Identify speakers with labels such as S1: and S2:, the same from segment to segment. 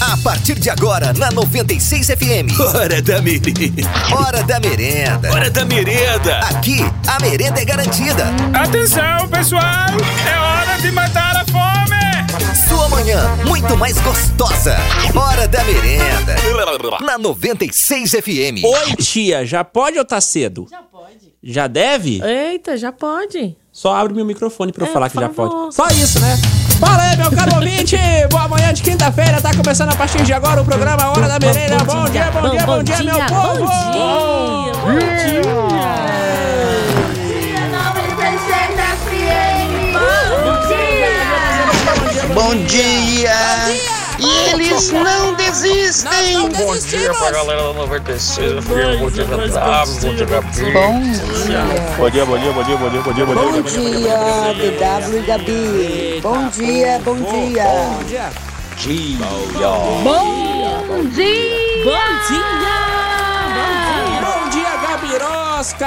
S1: A partir de agora, na 96 FM.
S2: Hora da merenda.
S1: Hora da merenda.
S2: Hora da merenda.
S1: Aqui, a merenda é garantida.
S3: Atenção, pessoal! É hora de matar a fome!
S1: Sua manhã, muito mais gostosa. Hora da merenda. Na 96 FM.
S4: Oi, tia, já pode ou tá cedo?
S5: Já pode.
S4: Já deve?
S5: Eita, já pode.
S4: Só abre meu microfone pra eu
S5: É,
S4: falar que
S5: por
S4: já
S5: favor.
S4: pode. Só isso, né? Fala aí, meu caro ouvinte! Boa manhã de quinta-feira, tá começando a partir de agora o programa Hora da Merenda. Bom dia, bom dia, bom dia, meu povo! Tá
S5: Bom dia, bom
S6: Bom dia! E eles não desistem!
S7: Bom dia pra
S4: né?
S7: galera da 96 FM, bom dia Renato, bom dia Gabi.
S8: Bom dia, bom dia, bom dia, bom dia, bom dia, bom dia.
S9: Bom dia, BW e Gabi. Bom dia, bom dia.
S4: Bom dia!
S5: dia! Bom dia!
S4: Bom dia, Gabirosca!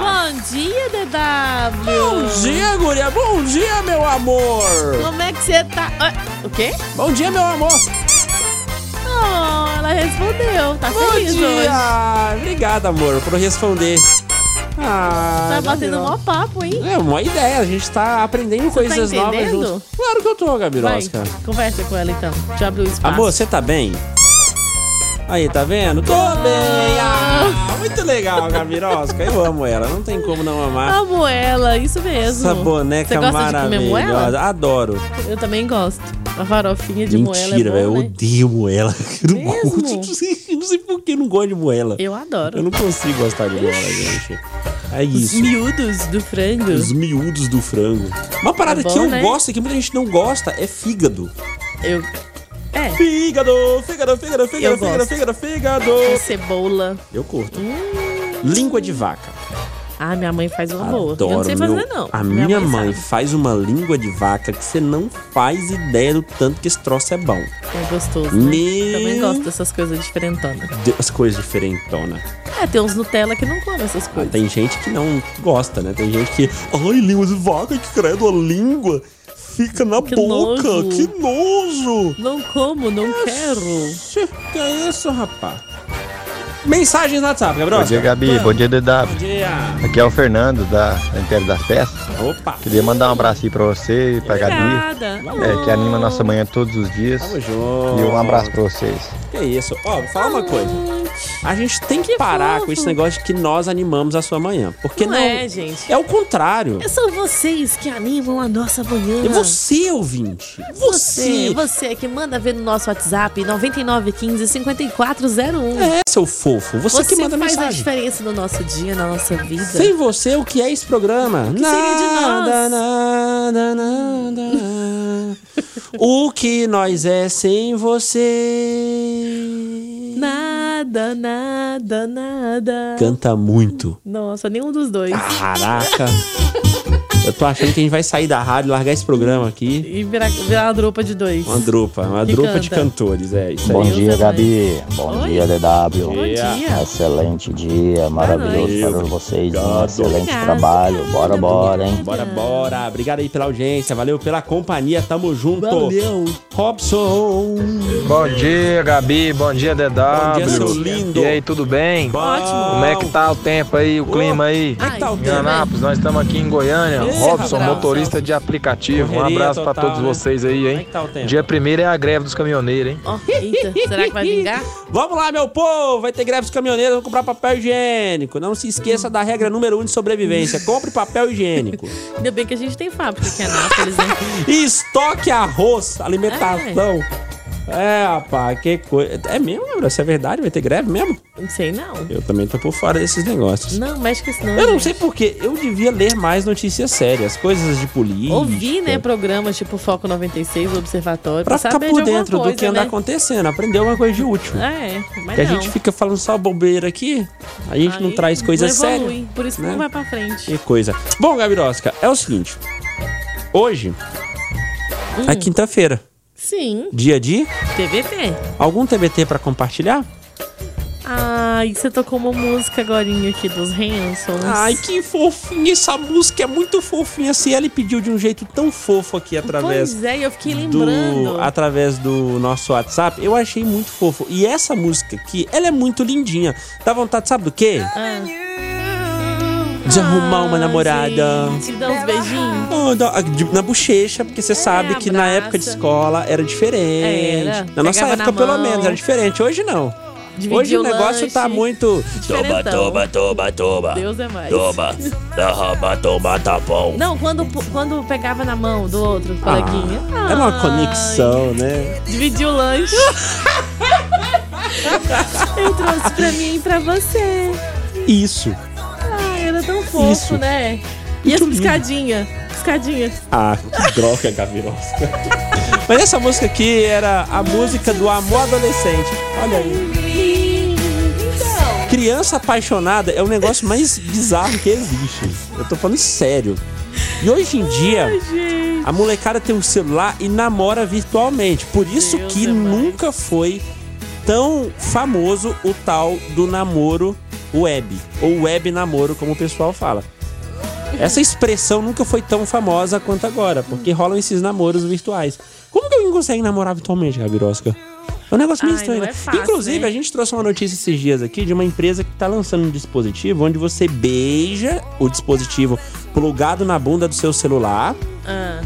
S5: Bom dia, DW!
S4: Bom dia, guria! Bom dia, meu amor!
S5: Como é que você tá? Ah, O quê?
S4: Bom dia, meu amor!
S5: Oh, ela respondeu. Tá
S4: Bom
S5: feliz hoje.
S4: dia! Obrigado, amor, por responder. Ah,
S5: Tá batendo
S4: Gabiroca.
S5: mó papo, hein?
S4: É uma ideia, a gente tá aprendendo
S5: Você tá
S4: coisas novas
S5: entendendo?
S4: juntos. Claro que eu tô,
S5: Vai,
S4: Gabirosca.
S5: conversa com ela então. Deixa eu abrir o espaço.
S4: Amor, você tá bem? Aí, tá vendo? Tô bem! Ah, muito legal, Gabirosca. Eu amo ela, não tem como não amar.
S5: Amo ela, isso mesmo.
S4: Essa boneca
S5: Você gosta de comer
S4: maravilhosa.
S5: moela?
S4: Adoro.
S5: Eu também gosto. A farofinha de moela é
S4: Mentira,
S5: bom,
S4: velho. Eu
S5: né?
S4: odeio moela. Eu não
S5: Mesmo?
S4: gosto. Não sei, não sei por que eu não gosto de moela.
S5: Eu
S4: Eu
S5: adoro.
S4: não consigo gostar de moela, gente. É
S5: Os
S4: isso.
S5: miúdos do frango.
S4: Os miúdos do frango. Uma parada
S5: É bom,
S4: que eu
S5: né?
S4: gosto e que muita gente não gosta é fígado.
S5: Eu... É,
S4: Fígado, fígado, fígado, fígado,
S5: Eu
S4: fígado,
S5: gosto.
S4: fígado, fígado.
S5: com cebola.
S4: Eu curto. Língua de vaca.
S5: Ah, minha mãe faz uma boa.
S4: Adoro.
S5: eu não sei fazer,
S4: meu.
S5: não.
S4: A minha, mãe,
S5: sabe.
S4: faz uma língua de vaca que você não faz ideia do tanto que esse troço é bom.
S5: É gostoso, né?
S4: Meu-
S5: Também gosto dessas coisas diferentonas.
S4: De- As coisas diferentonas.
S5: É, tem uns Nutella que não comem essas
S4: Ah,
S5: coisas.
S4: tem gente que não gosta, né? Tem gente que. Ai, língua de vaca, que credo, a língua fica na
S5: Que
S4: boca.
S5: nojo."
S4: Que nojo.
S5: Não como, não quero.
S4: Che, Que é isso, rapaz? Mensagens no WhatsApp, Gabriel.
S8: Bom dia, Gabi. Bom dia, DW. Aqui é o Fernando, da da Império das Peças.
S4: Opa.
S8: Queria mandar um abraço aí pra você e pra Gabi,
S5: Obrigada.
S8: é, que anima nossa manhã todos os dias.
S4: Tamo
S8: E
S4: junto.
S8: um abraço pra vocês.
S4: Que isso. Ó, vou falar uma coisa. A gente tem que, parar
S5: fofo.
S4: com esse negócio de que nós animamos a sua manhã. Porque não.
S5: Não é, gente.
S4: é o contrário.
S5: São vocês que animam a nossa manhã.
S4: É você, ouvinte. Você.
S5: Você, você que manda ver no nosso WhatsApp 9915-5401.
S4: É, seu fofo. Você,
S5: Você
S4: que manda
S5: faz a
S4: mensagem.
S5: diferença no nosso dia, na nossa vida.
S4: Sem você, o que é esse programa?
S5: que seria de
S4: Nada,
S5: nós?
S4: nada, nada. o que nós é sem você?
S5: Nada, nada, nada.
S4: Canta muito.
S5: Nossa, nenhum dos dois.
S4: Caraca. Eu tô achando que a gente vai sair da rádio, largar esse programa aqui.
S5: E virar, virar uma dropa de dois.
S4: Uma drupa, uma
S5: Que
S4: drupa
S5: canta.
S4: de cantores, é isso
S5: Bom
S4: aí.
S5: Deus dia, é mais. Gabi.
S10: Bom
S5: Oi. dia,
S10: DW.
S5: Bom dia.
S10: Excelente dia,
S5: maravilhoso
S4: noite. para
S10: vocês.
S4: Obrigado. excelente
S5: Obrigada. trabalho. Bora, bora, hein?
S4: Bora, bora. Obrigado aí pela audiência, valeu pela companhia, tamo junto. Robson.
S7: Bom dia Gabi, bom dia DW.
S4: Bom dia, seu lindo.
S7: E aí, tudo bem?
S5: Ótimo.
S7: Como é que tá o tempo aí, o clima aí?
S4: Como é que tá o
S7: Em
S5: Tudo
S4: tempo?
S5: bem?
S7: Anápolis, nós estamos aqui em Goiânia.
S4: Ih,
S7: Robson,
S5: rapaz.
S7: motorista de aplicativo. Um
S4: Correria
S7: abraço pra
S4: total,
S7: todos
S4: né?
S7: vocês aí,
S4: Como é
S7: hein?
S4: que tá o tempo?
S7: Dia primeiro é a greve dos caminhoneiros, hein?
S5: Ó, eita, será que vai vingar?
S4: Vamos lá, meu povo! Vai ter greve dos caminhoneiros, vão comprar papel higiênico. Não se esqueça da regra número um de sobrevivência: compre papel higiênico.
S5: Ainda bem que a gente tem fábrica aqui em Anápolis, né?
S4: E estoque arroz, alimentação. É, rapaz, que coisa. É mesmo, Gabriel? Se é verdade, vai ter greve mesmo?
S5: Não sei, não.
S4: Eu também tô por fora desses negócios.
S5: Não, mexe com isso não.
S4: Eu não
S5: gente.
S4: sei porquê, eu devia ler mais notícias sérias, coisas de política.
S5: Ouvir, né, programas tipo Foco 96, Observatório,
S4: Pra ficar
S5: saber
S4: por
S5: de alguma
S4: dentro
S5: coisa,
S4: do que anda
S5: né?
S4: acontecendo, aprender alguma coisa de útil.
S5: É, mas
S4: Que a
S5: não.
S4: gente fica falando só bobeira aqui, a gente não
S5: Aí
S4: traz coisa
S5: não
S4: séria.
S5: evolui, Por isso que
S4: né?
S5: não vai pra frente.
S4: Que coisa. Bom, Gabirosca, é o seguinte. Hoje é quinta-feira.
S5: Sim,
S4: Dia de
S5: TVT.
S4: algum TBT pra compartilhar?
S5: Ah, Ai, você tocou uma música agorinha aqui dos Hansons.
S4: Ai, que fofinha essa música, é muito fofinha. Se ele pediu de um jeito tão fofo aqui através
S5: Pois é, eu fiquei lembrando.
S4: do através do nosso WhatsApp, eu achei muito fofo. E essa música aqui, ela é muito lindinha. Dá vontade, sabe do quê? De arrumar uma
S5: Ah,
S4: namorada.
S5: Gente, dá uns beijinhos.
S4: Oh, dá- de- Na bochecha, porque você sabe que na
S5: É, abraça.
S4: época de escola era diferente.
S5: Era,
S4: Na nossa
S5: pegava na
S4: época, pelo
S5: mão.
S4: menos, era diferente. Hoje não.
S5: Dividia
S4: Hoje o
S5: o
S4: negócio tá
S5: lanche.
S4: muito.
S5: Diferentão.
S2: toma, toma.
S5: Deus é mais.
S2: Toma, derrama, toma, tá bom.
S5: Não, quando, quando pegava na mão do outro coleguinha.
S4: Ah, Era é uma
S5: Ai,
S4: conexão, né?
S5: Dividia o lanche. eu trouxe pra mim e pra você.
S4: Isso.
S5: Ai, era tão fofo,
S4: Isso.
S5: né? E essa piscadinha. Piscadinha.
S4: Ah, que droga, Gavirosa. Mas essa música aqui era a música do amor adolescente. Olha aí.
S5: Então,
S4: Criança apaixonada é o negócio mais bizarro que existe. Eu tô falando sério. E hoje em dia,
S5: gente.
S4: a molecada tem um celular e namora virtualmente. Por isso
S5: Deus
S4: que
S5: é mais.
S4: nunca foi tão famoso o tal do namoro web. Ou web namoro, como o pessoal fala. Essa expressão nunca foi tão famosa quanto agora, porque rolam esses namoros virtuais. Como que alguém consegue namorar virtualmente, Gabirosca? É um negócio meio
S5: Ai,
S4: estranho.
S5: não
S4: né?
S5: é fácil,
S4: Inclusive,
S5: né?
S4: a gente trouxe uma notícia esses dias aqui de uma empresa que tá lançando um dispositivo onde você beija o dispositivo plugado na bunda do seu celular
S5: Ah,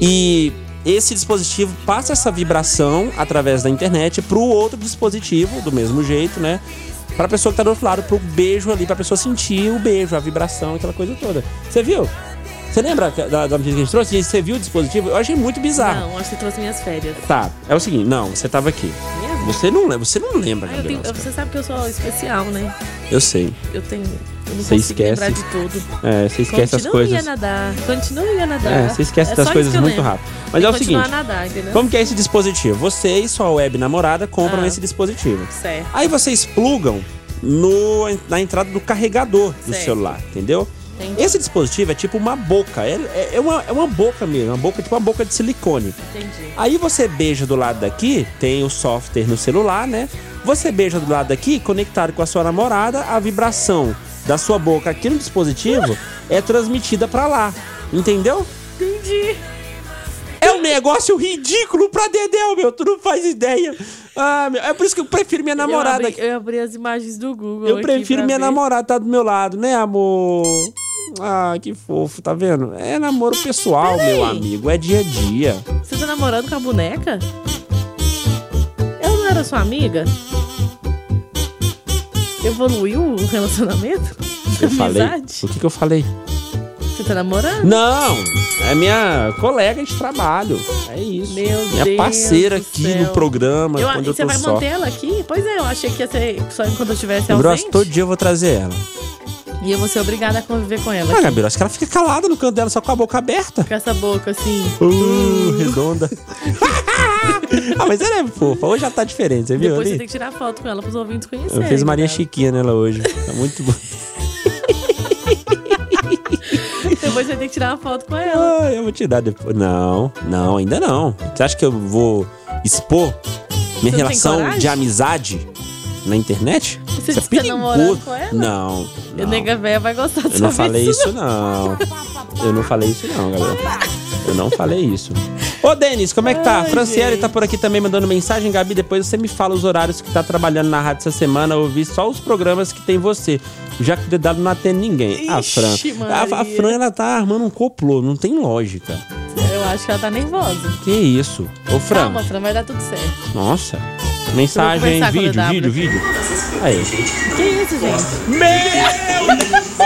S4: e esse dispositivo passa essa vibração através da internet pro outro dispositivo, do mesmo jeito, né? Pra pessoa que tá do outro lado, pro beijo ali, pra pessoa sentir o beijo, a vibração, aquela coisa toda. Você viu? Você lembra que- da, da notícia que a gente trouxe? Você viu o dispositivo? Eu achei muito bizarro.
S5: não, acho que você trouxe minhas férias.
S4: Tá, é o seguinte, não, você tava aqui.
S5: Mesmo?
S4: Você não lembra, você não lembra,
S5: Ah, eu
S4: Gabriel.
S5: tenho-
S4: Oscar.
S5: você sabe que eu sou especial, né?
S4: Eu sei.
S5: Eu tenho. Eu não
S4: Você
S5: consigo
S4: esquece.
S5: lembrar de tudo.
S4: É, você esquece as
S5: Continue
S4: coisas.
S5: a nadar. Continue a nadar.
S4: É, você esquece
S5: É
S4: das
S5: só
S4: coisas
S5: isso que eu
S4: muito
S5: lembro.
S4: rápido. Mas é o
S5: Continuar
S4: seguinte,
S5: a nadar, entendeu?
S4: como que é esse dispositivo? Você e sua web namorada compram
S5: Ah.
S4: esse dispositivo.
S5: Certo.
S4: Aí vocês plugam no- na entrada do carregador do
S5: Certo.
S4: celular, entendeu?
S5: Entendi.
S4: Esse dispositivo é tipo uma boca, é, é- é uma, é uma boca mesmo, uma boca tipo uma boca de silicone.
S5: Entendi.
S4: Aí você beija do lado daqui, tem o software no celular, né? Você beija do lado daqui, conectado com a sua namorada, a vibração da sua boca aqui no dispositivo é transmitida pra lá, entendeu?
S5: Entendi.
S4: É um negócio ridículo pra Dedéu, meu, tu não faz ideia. Ah, meu, é por isso que eu prefiro minha namorada
S5: Eu abri, eu abri as imagens do Google.
S4: eu
S5: aqui
S4: prefiro
S5: pra
S4: minha
S5: ver.
S4: namorada tá do meu lado, né, amor? Ah, que fofo, tá vendo? É namoro pessoal,
S5: Peraí.
S4: meu amigo, é dia a dia.
S5: Você tá namorando com a boneca? Eu não era sua amiga? Evoluiu o relacionamento?
S4: Eu falei.
S5: Amizade?
S4: O que que eu falei?
S5: Você tá namorando?
S4: Não, é minha colega de trabalho. É isso.
S5: Meu
S4: minha
S5: Deus
S4: parceira
S5: do
S4: aqui
S5: céu.
S4: no programa
S5: Eu-
S4: quando
S5: e
S4: eu
S5: você
S4: tô
S5: vai
S4: só.
S5: manter ela aqui? Pois é, eu achei que ia ser só enquanto eu estivesse
S4: Gabiroz,
S5: ausente.
S4: todo dia eu vou trazer ela.
S5: E eu vou ser obrigada a conviver com ela.
S4: Ah, Gabiroz, que ela fica calada no canto dela, só com a boca aberta.
S5: Com essa boca assim.
S4: Uh, redonda. ah, mas ela é fofa. Hoje já tá diferente, você viu
S5: Depois
S4: ali?
S5: você tem que tirar foto com ela pros ouvintes
S4: Eu
S5: conhecerem. né?
S4: fiz Maria
S5: cara.
S4: Chiquinha nela hoje. Tá muito bom.
S5: Depois você tem que tirar uma foto com ela.
S4: Ah, eu vou te dar depois. Não, não, ainda não. Você acha que eu vou expor minha
S5: tem
S4: relação
S5: coragem?
S4: de amizade na internet? Isso
S5: Você
S4: é
S5: disse que tá namorando
S4: perigoso.
S5: com ela?
S4: Não.
S5: E
S4: não.
S5: Nega Véia vai gostar de
S4: Eu não
S5: saber
S4: falei isso, não. Eu não falei isso, não, Gabriel. Eu não falei isso. Ô, Denis, como é que tá?
S5: Ai,
S4: Franciele
S5: gente.
S4: tá por aqui também mandando mensagem. Gabi, depois você me fala os horários que tá trabalhando na rádio essa semana. Eu ouvi só os programas que tem você. Já que o dedado não atende ninguém. a
S5: Ixi,
S4: Fran. A, a
S5: Maria.
S4: Fran, ela tá armando um complô. Não tem lógica.
S5: Eu acho que ela tá nervosa.
S4: Que isso? Ô, Fran.
S5: Calma, Fran, vai dar tudo certo.
S4: Nossa.
S5: Eu
S4: Mensagem,
S5: vou conversar com a
S4: vídeo,
S5: DW.
S4: vídeo, vídeo. Aí.
S5: Que isso, gente?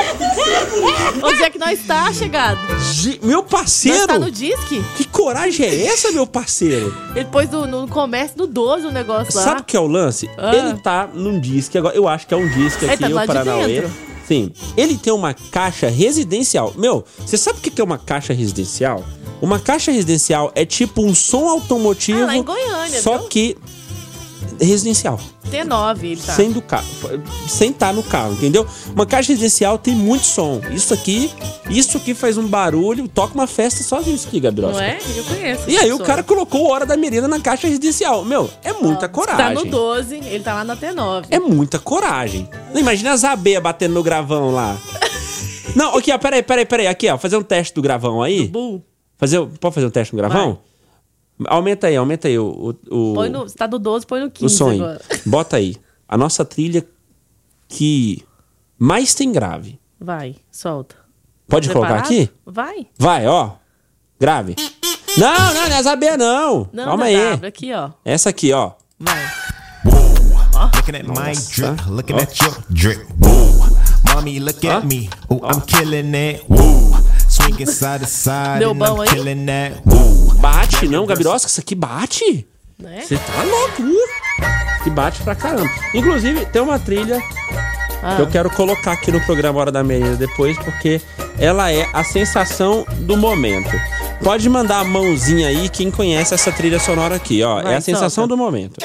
S5: Meu! Onde é que nós tá, chegado?
S4: Gi- Meu
S5: Nós
S4: parceiro!
S5: tá no disque?
S4: Que coragem é essa, meu parceiro?
S5: Ele pôs no, no comércio, no 12, o negócio lá.
S4: Sabe o que é o lance?
S5: Ah.
S4: Ele tá num disque agora. Eu acho que é um disque
S5: Ele
S4: aqui,
S5: tá do
S4: o
S5: lado de
S4: Paranauê.
S5: dentro.
S4: Sim. Ele tem uma caixa residencial. Meu, você sabe o que que é uma caixa residencial? Uma caixa residencial é tipo um som automotivo.
S5: Ah, lá em Goiânia,
S4: Só
S5: viu?
S4: que. residencial.
S5: T9, ele tá.
S4: Sem do carro. Sem estar no carro, entendeu? Uma caixa residencial tem muito som. Isso aqui, isso aqui faz um barulho, toca uma festa sozinho isso aqui, Gabriel.
S5: Não é? Eu conheço.
S4: E
S5: essa
S4: aí o
S5: pessoa.
S4: cara colocou Hora da Merenda na caixa residencial. Meu, é muita
S5: Tá
S4: coragem.
S5: no 12, ele tá lá na T9.
S4: É muita coragem. Não, imagina as abeias batendo no gravão lá. Não, aqui, ó, peraí, peraí, peraí. Aqui, ó, fazer um teste do gravão aí.
S5: Bull.
S4: Fazer, o- pode fazer um teste no gravão? Aumenta aí, aumenta aí o, o, o,
S5: Põe no, você tá do 12, põe no
S4: o
S5: 15
S4: sonho.
S5: agora.
S4: Bota aí. A nossa trilha que mais tem grave.
S5: Vai, solta.
S4: Pode colocar
S5: Tá Preparado?
S4: aqui?
S5: Vai.
S4: Vai, ó. Grave. Não, não, não é as abeias, não.
S5: Não, né?
S4: Calma
S5: não,
S4: aí.
S5: Dabra, aqui, ó.
S4: Essa aqui, ó.
S5: Vai.
S10: Looking at my drip, looking at your drip. Woo. Mommy, look at me. Ooh, I'm killing it. Woo. Swinging side to side.
S5: Deu
S10: and I'm
S5: bom aí?
S10: killing that. Woo.
S4: Bate, não, Gabirosca, isso aqui bate?
S5: Né?
S4: Você tá louco? uh? Que bate pra caramba. Inclusive, tem uma trilha
S5: Ah.
S4: que eu quero colocar aqui no programa Hora da Merenda depois, porque ela é a sensação do momento. Pode mandar a mãozinha aí quem conhece essa trilha sonora aqui, ó.
S5: Vai,
S4: é a sensação
S5: solta.
S4: do momento.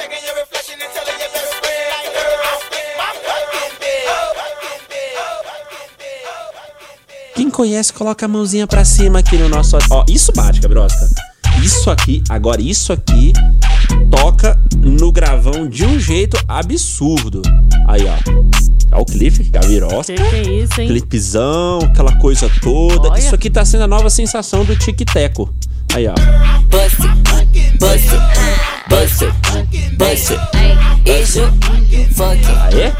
S4: Quem conhece, coloca a mãozinha pra cima aqui no nosso. Ó, isso bate, Gabrosca. Isso aqui, agora isso aqui, toca no gravão de um jeito absurdo. Aí, ó. Ó o clipe, Gavirosca.
S5: Que que é isso, hein?
S4: Clipezão, aquela coisa toda.
S5: Olha.
S4: Isso aqui tá sendo a nova sensação do Tic Teco. Aí, ó. Aê?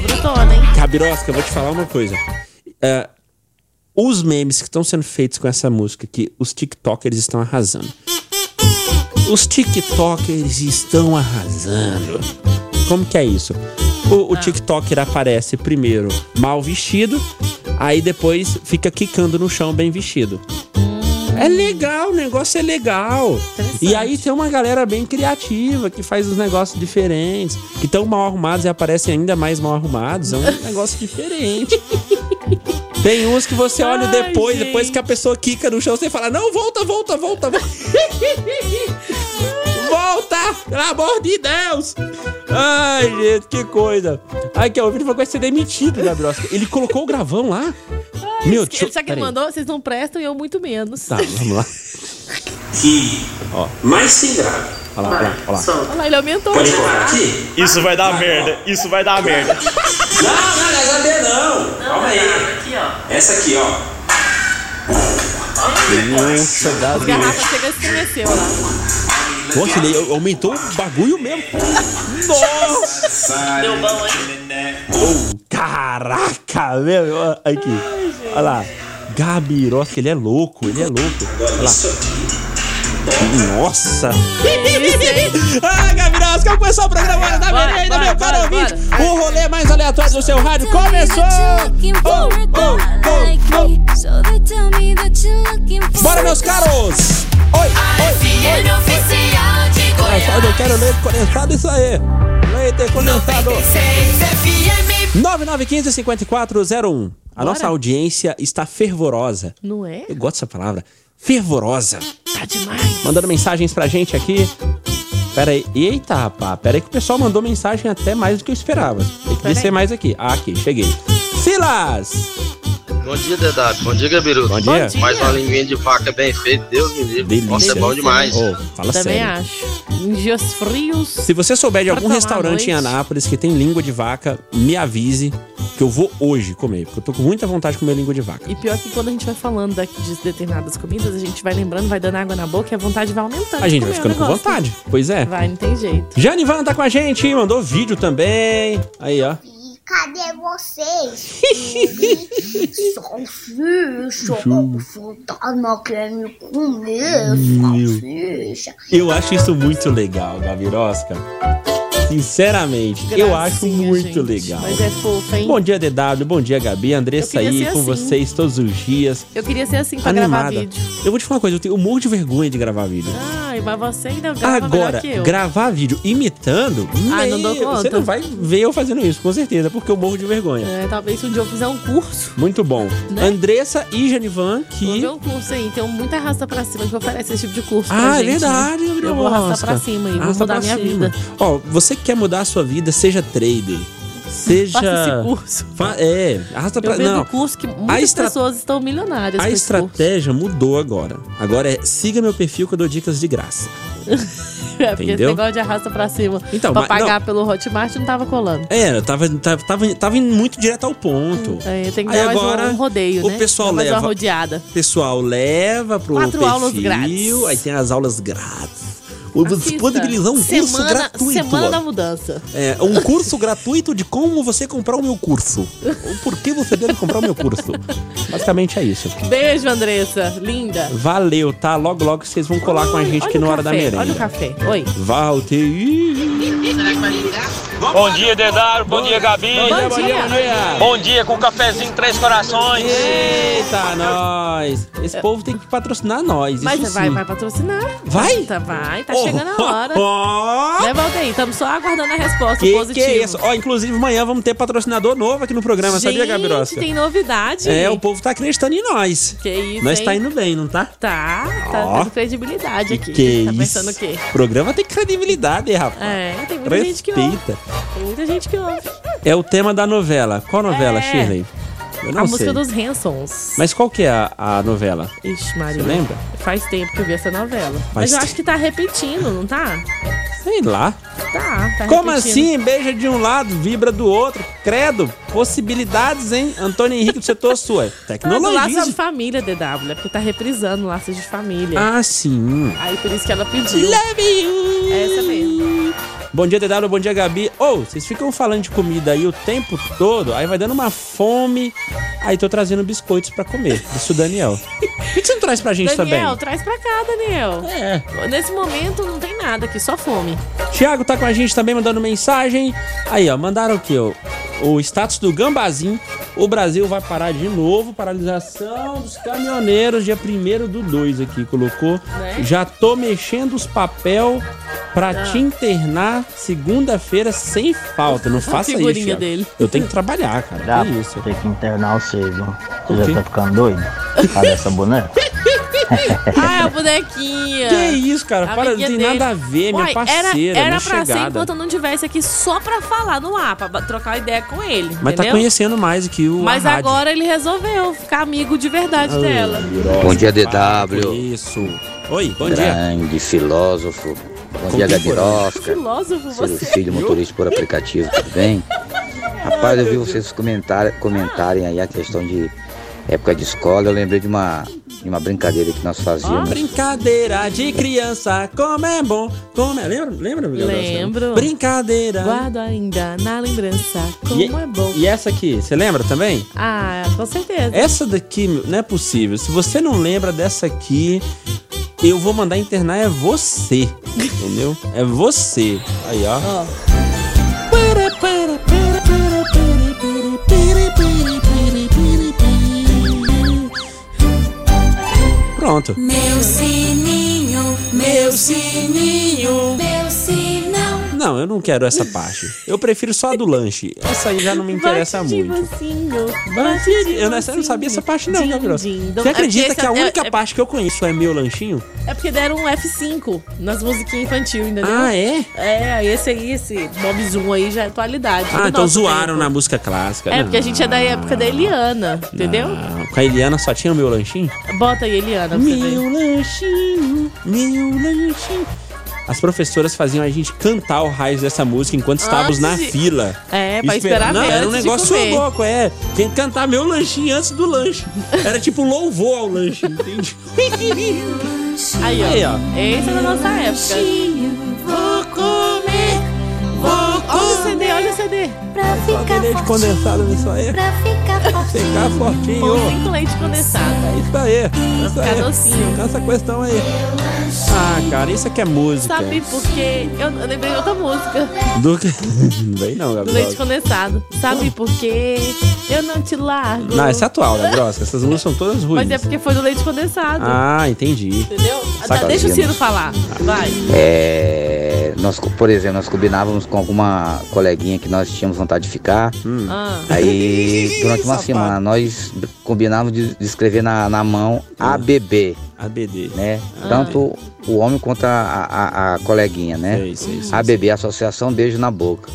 S5: Brutona, hein?
S4: Cabirosca, eu vou te falar uma coisa. É, os memes que estão sendo feitos com essa música aqui, os TikTokers estão arrasando. Os TikTokers estão arrasando. Como que é isso? O, o
S5: Ah.
S4: TikToker aparece primeiro mal vestido, aí depois fica quicando no chão bem vestido.
S5: Hum.
S4: É legal, o negócio é legal. E aí tem uma galera bem criativa que faz os negócios diferentes, que estão mal arrumados e aparecem ainda mais mal arrumados. É um negócio diferente. Tem uns que você olha
S5: Ai,
S4: depois,
S5: gente.
S4: depois que a pessoa quica no chão, você fala: Não, volta, volta, volta, volta. volta! Pelo amor de Deus! Ai, gente, que coisa. Ai, que é, o vídeo vai ser demitido, Gabriel. Ele colocou o gravão lá? Meu
S5: Ele- Sabe que ele
S4: peraí.
S5: mandou? Vocês não prestam e eu muito menos.
S4: Tá, vamos lá. Que, ó, mais sem grave. Olha lá, olha lá, olha lá.
S5: Olha lá, ele aumentou.
S4: Pode colocar aqui?
S2: Isso vai dar merda, isso vai dar merda.
S4: Não, não, não é saber não. Calma aí.
S5: Aqui, ó.
S4: Essa aqui, ó.
S5: As garrafas chegam a estremecer, olha lá.
S4: Nossa, ele aumentou o bagulho mesmo. Nossa!
S5: Deu bom, hein?
S4: Oh, Caraca, meu. ó, Aqui. Olha lá. Gabirosca, ele é louco, ele é louco. Olha lá. Nossa! ah, Gabirosca, começou o tá programa Hora da
S5: Bora,
S4: Merenda,
S5: bora,
S4: meu caro
S5: bora,
S4: ouvinte. O rolê mais aleatório do seu rádio começou! Oh, oh, oh, oh. Bora, meus caros! Oi! Olha só, eu quero leite condensado, isso aí! Leite condensado! 9915-5401. A nossa audiência está fervorosa.
S5: Não é?
S4: Eu gosto dessa palavra. Fervorosa.
S5: Tá demais.
S4: Mandando mensagens pra gente aqui. Pera aí. Eita, rapaz. Pera aí que o pessoal mandou mensagem até mais do que eu esperava. Tem que
S5: Pera
S4: descer
S5: aí.
S4: mais aqui. Ah, aqui, cheguei. Silas!
S6: Bom dia, Dedado. Bom dia, Gabiru.
S4: Bom
S5: Bom
S4: dia.
S5: dia.
S6: Mais uma linguinha de vaca bem feita, Deus me livre.
S4: Delícia.
S6: Nossa, é bom demais.
S4: Oh, fala
S5: Também
S4: sério.
S5: acho. Em dias frios.
S4: Se você souber de
S5: Pra
S4: algum
S5: tomar à
S4: restaurante em
S5: noite.
S4: Anápolis que tem língua de vaca, me avise que eu vou hoje comer, porque eu tô com muita vontade de comer língua de vaca.
S5: E pior que quando a gente vai falando da- de determinadas comidas, a gente vai lembrando, vai dando água na boca e a vontade vai aumentando.
S4: A
S5: de
S4: gente vai
S5: comer o
S4: ficando com
S5: negócio.
S4: vontade. Pois é.
S5: Vai, não tem jeito.
S4: Janivan tá com a gente, mandou vídeo também. Aí, ó.
S10: Cadê vocês?
S11: um
S10: Só fantasma querendo comer salsicha.
S4: Eu acho isso muito legal, Gavirosca. Sinceramente, eu acho
S5: Gracinha,
S4: muito
S5: gente.
S4: legal.
S5: Mas é fofo, hein?
S4: Bom dia, DW. Bom dia, Gabi. Andressa
S5: Eu queria
S4: aí
S5: ser
S4: com
S5: assim.
S4: vocês todos os dias.
S5: Eu queria ser assim pra gravar
S4: animada.
S5: vídeo.
S4: Eu vou te falar uma coisa, eu tenho um monte de vergonha de gravar vídeo.
S5: Ah, Ai, mas você ainda grava
S4: Agora,
S5: melhor que eu.
S4: gravar vídeo imitando,
S5: Ah, não dou
S4: meu, você
S5: conta.
S4: não vai ver eu fazendo isso, com certeza, porque eu morro de vergonha.
S5: É, talvez se um dia eu fizer um curso.
S4: Muito bom.
S5: Né?
S4: Andressa e Janivan,
S5: Vou
S4: que.
S5: ver um curso aí. Tem um muita arrasta pra cima que oferece esse tipo de curso. pra
S4: Ah, é
S5: gente, né?
S4: verdade, Gabriel
S5: Eu vou arrastar
S4: Mosca.
S5: pra cima e vou
S4: Arrasta
S5: mudar
S4: pra
S5: minha
S4: cima.
S5: vida.
S4: Ó, você que quer mudar a sua vida, seja trader. Seja.
S5: Faça esse curso.
S4: Fa- É, arrasta pra.
S5: Eu vendo
S4: Não,
S5: curso que muitas
S4: estra-
S5: pessoas estão milionárias.
S4: a
S5: com esse
S4: estratégia mudou agora. Agora é siga meu perfil que eu dou dicas de graça.
S5: curso. É, porque esse
S4: entendeu?
S5: negócio de arrasta pra cima
S4: Então,
S5: pra
S4: mas-
S5: pagar pelo Hotmart não tava colando.
S4: É, eu tava, tava, tava, tava indo muito direto ao ponto.
S5: É, tem que
S4: Aí
S5: dar mais um-
S4: agora,
S5: um rodeio,
S4: o
S5: né?
S4: pessoal
S5: Dar mais
S4: leva-
S5: uma rodeada.
S4: O pessoal leva pro
S5: Quatro
S4: perfil,
S5: aulas grátis.
S4: aí tem as aulas grátis. Ou Você
S5: Assista.
S4: disponibilizar um curso
S5: Semana-
S4: gratuito.
S5: Semana da mudança.
S4: É, um curso gratuito de como você comprar o meu curso. Ou por que você deve comprar o meu curso. Basicamente é isso.
S5: Beijo, Andressa. Linda.
S4: Valeu, tá? Logo, logo vocês vão colar Tá com a gente
S5: Olha
S4: aqui
S5: o
S4: no Hora da
S5: café, Olha o
S4: Merenda.
S5: café. Oi.
S4: Walter. Ih,
S7: Bom dia, Dedário. Bom dia, Gabi.
S5: Bom dia.
S7: Bom dia com o cafezinho Três Corações.
S4: Eita, nós! Esse povo tem que patrocinar nós.
S5: Mas
S4: isso
S5: vai,
S4: sim.
S5: vai patrocinar.
S4: Vai?
S5: Tá, vai. Tá
S4: Oh,
S5: chegando a hora.
S4: oh,
S5: Né, Valdeir? Estamos só aguardando a resposta
S4: Que, que
S5: positiva.
S4: é isso? Ó, inclusive amanhã vamos ter patrocinador novo aqui no programa, sabia,
S5: Gente,
S4: Gabirosca?
S5: tem novidade.
S4: É, o povo tá acreditando em nós.
S5: Que isso,
S4: nós
S5: hein?
S4: tá indo bem, não tá?
S5: Tá, tá
S4: Ó. é
S5: tendo credibilidade aqui. tá pensando o quê?
S4: O programa tem credibilidade, hein, rapaz.
S5: É, tem muita gente que ouve.
S4: Respeita.
S5: Tem muita gente que ouve.
S4: É o tema da novela. Qual novela,
S5: É.
S4: Shirley? Eu não
S5: a
S4: sei.
S5: música dos Hansons.
S4: Mas qual que é a, a novela?
S5: Ixi, Maria.
S4: Você lembra?
S5: Faz tempo que eu vi essa novela. Mas eu
S4: tempo.
S5: acho que tá repetindo, não tá?
S4: Sei lá.
S5: Tá, tá
S4: Como
S5: repetindo.
S4: assim? Beija de um lado, vibra do outro. Credo, possibilidades, hein? Antônio Henrique do setor sua.
S5: Ah, do Laços de
S4: Tecnologia.
S5: Família, DW. É porque tá reprisando Laços de Família.
S4: Ah, sim.
S5: Aí por isso que ela pediu.
S4: you.
S5: É essa mesmo.
S4: Bom dia, DW, bom dia, Gabi. Ou, vocês ficam falando de comida aí o tempo todo, aí vai dando uma fome, aí tô trazendo biscoitos pra comer. Isso, Daniel. Por que você não traz pra gente
S5: Daniel, tá-
S4: também?
S5: traz pra cá, Daniel.
S4: É.
S5: Nesse momento não tem nada aqui, só fome.
S4: Tiago tá com a gente também, mandando mensagem. Aí, ó, mandaram aqui, ó. O status do Gambazinho. O Brasil vai parar de novo. Paralisação dos caminhoneiros, dia 1 do 2 aqui, colocou.
S5: Né? Ah.
S4: Já tô mexendo os papel pra te internar segunda-feira sem falta. Não faça isso.
S5: figurinha
S4: Thiago.
S5: dele.
S4: Eu tenho que trabalhar, cara.
S8: Dá
S4: Que isso.
S8: tem que internar vocês, mano.
S4: O
S8: Você
S4: quê?
S8: já tá ficando doido? Cadê essa boneca?
S5: Ah, é a bonequinha.
S4: Que isso, cara?
S5: A
S4: Para, não
S5: amiguinha
S4: tem
S5: dele.
S4: nada a ver, minha
S5: Uai,
S4: parceira,
S5: Era,
S4: minha
S5: era pra ser
S4: chegada.
S5: enquanto eu não tivesse aqui só pra falar no ar, pra ba- trocar ideia com ele.
S4: Mas tá
S5: entendeu?
S4: conhecendo mais aqui o
S5: Mas
S4: a rádio. Ah.
S5: agora ele resolveu ficar amigo de verdade dela.
S6: Bom dia,
S4: Para com
S6: DW.
S4: Isso. Oi, bom dia.
S6: Grande filósofo. Bom dia,
S4: Contemporâneo.
S6: Gabirovska.
S5: Filósofo
S6: Seu
S5: você.
S6: filho motorista por aplicativo, tudo bem? Rapaz, eu vi vocês comentar, comentarem aí a questão de época de escola. Eu lembrei de uma, de uma brincadeira que nós fazíamos.
S4: Brincadeira de criança, como é bom, como é... Lembra? Lembra? Miguel Grossi?
S5: Lembro.
S4: Brincadeira.
S5: Guardo ainda na lembrança como
S4: E-
S5: é bom.
S4: E essa aqui, você lembra também?
S5: Ah, com certeza.
S4: Essa daqui meu, não é possível. Se você não lembra dessa aqui, eu vou mandar internar é você. Entendeu? É você. Aí, ó.
S5: Ó.
S4: Pronto.
S11: Meu sininho, meu sininho, meu sinal.
S4: Não, eu não quero essa parte. Eu prefiro só a do lanche. Essa aí já não me interessa
S5: Bate de
S4: muito.
S5: mocinho,
S4: Bate de- Eu não, eu não sabia
S5: mocinho.
S4: essa parte, não,
S5: Din,
S4: Gabriel.
S5: din, dom.
S4: Você
S5: É porque
S4: acredita que a
S5: essa- é-
S4: única
S5: é-
S4: parte que eu conheço é meu lanchinho?
S5: É porque deram um F5 nas musiquinhas infantil, entendeu?
S4: Ah, é?
S5: É, esse aí, esse Bob Zoom aí já é atualidade.
S4: Ah,
S5: do
S4: então
S5: nosso
S4: zoaram né?
S5: tempo.
S4: na música clássica.
S5: É, porque a gente é da
S4: Não,
S5: época da Eliana, entendeu?
S4: não. Com a Eliana só tinha o meu lanchinho?
S5: Bota aí, Eliana, pra você ver.
S4: Meu lanchinho, meu lanchinho. As professoras faziam a gente cantar o raio dessa música enquanto estávamos na
S5: Antes de-
S4: fila.
S5: É, pra esperar
S4: Não,
S5: mesmo
S4: era um
S5: antes de
S4: negócio
S5: comer.
S4: louco, é. Tem que cantar meu lanchinho antes do lanche. Era tipo um louvor ao lanche, entende?
S5: Aí, ó.
S4: Aí, ó.
S5: Esse é da nossa época.
S11: Vou comer
S5: Olha o CD, olha o CD.
S11: pra
S4: Leite
S11: ficar forte,
S4: é condensado nisso aí.
S11: pra ficar forte.
S4: Ficar fortinho.
S5: Pãozinho com leite condensado.
S4: É isso aí. é Isso
S5: Ficar docinho.
S4: aí. Com Essa questão aí. Ah, cara, isso aqui é música.
S5: Sabe por quê? Eu, eu lembrei de outra música
S4: Do que. Não vem não,
S5: do
S4: Gabriel.
S5: leite condensado. Sabe por quê? Eu não te largo.
S4: Não, essa é atual, né, Brosca? Essas músicas são todas ruins.
S5: Mas é porque foi do leite condensado.
S4: Ah, entendi.
S5: Entendeu? Tá,
S4: Saca-
S5: Deixa o Ciro falar. Vai.
S6: É, nós, co- por exemplo, nós combinávamos com alguma coleguinha que nós tínhamos vontade de ficar.
S4: Hum.
S5: Ah.
S6: Aí, durante uma semana, nós combinávamos de, de escrever na, na mão ABB.
S4: ABD.
S6: Né? Tanto o homem quanto a, a, a coleguinha, né? ABB, Associação Beijo na Boca.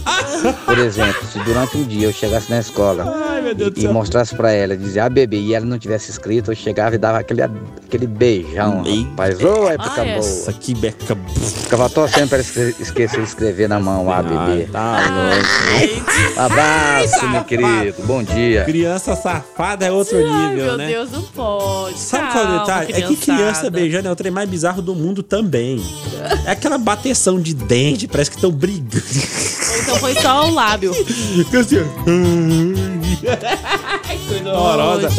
S6: Por exemplo, se durante um dia eu chegasse na escola
S4: Ai, meu Deus do
S6: e
S4: céu.
S6: mostrasse pra ela, dizer ABB, e ela não tivesse escrito, eu chegava e dava aquele, aquele beijão, rapaz. Ô, época
S4: Ai,
S6: boa.
S4: essa que beca
S6: Ficava torcendo pra esque- esquecer de escrever na mão o ABB.
S4: Tá
S5: Ah.
S6: louco. Abraço, meu querido. Bom dia.
S4: Criança safada é outro
S5: Ai,
S4: nível,
S5: meu
S4: né?
S5: Deus, não pode.
S4: Sabe qual é o
S5: Calma,
S4: detalhe? É que criança
S5: criançada.
S4: beijando é o trem mais bizarro do mundo também. É aquela bateção de dente, parece que estão brigando.
S5: Ou Então foi só o lábio.
S4: Fica assim, ó. Coisa horrorosa.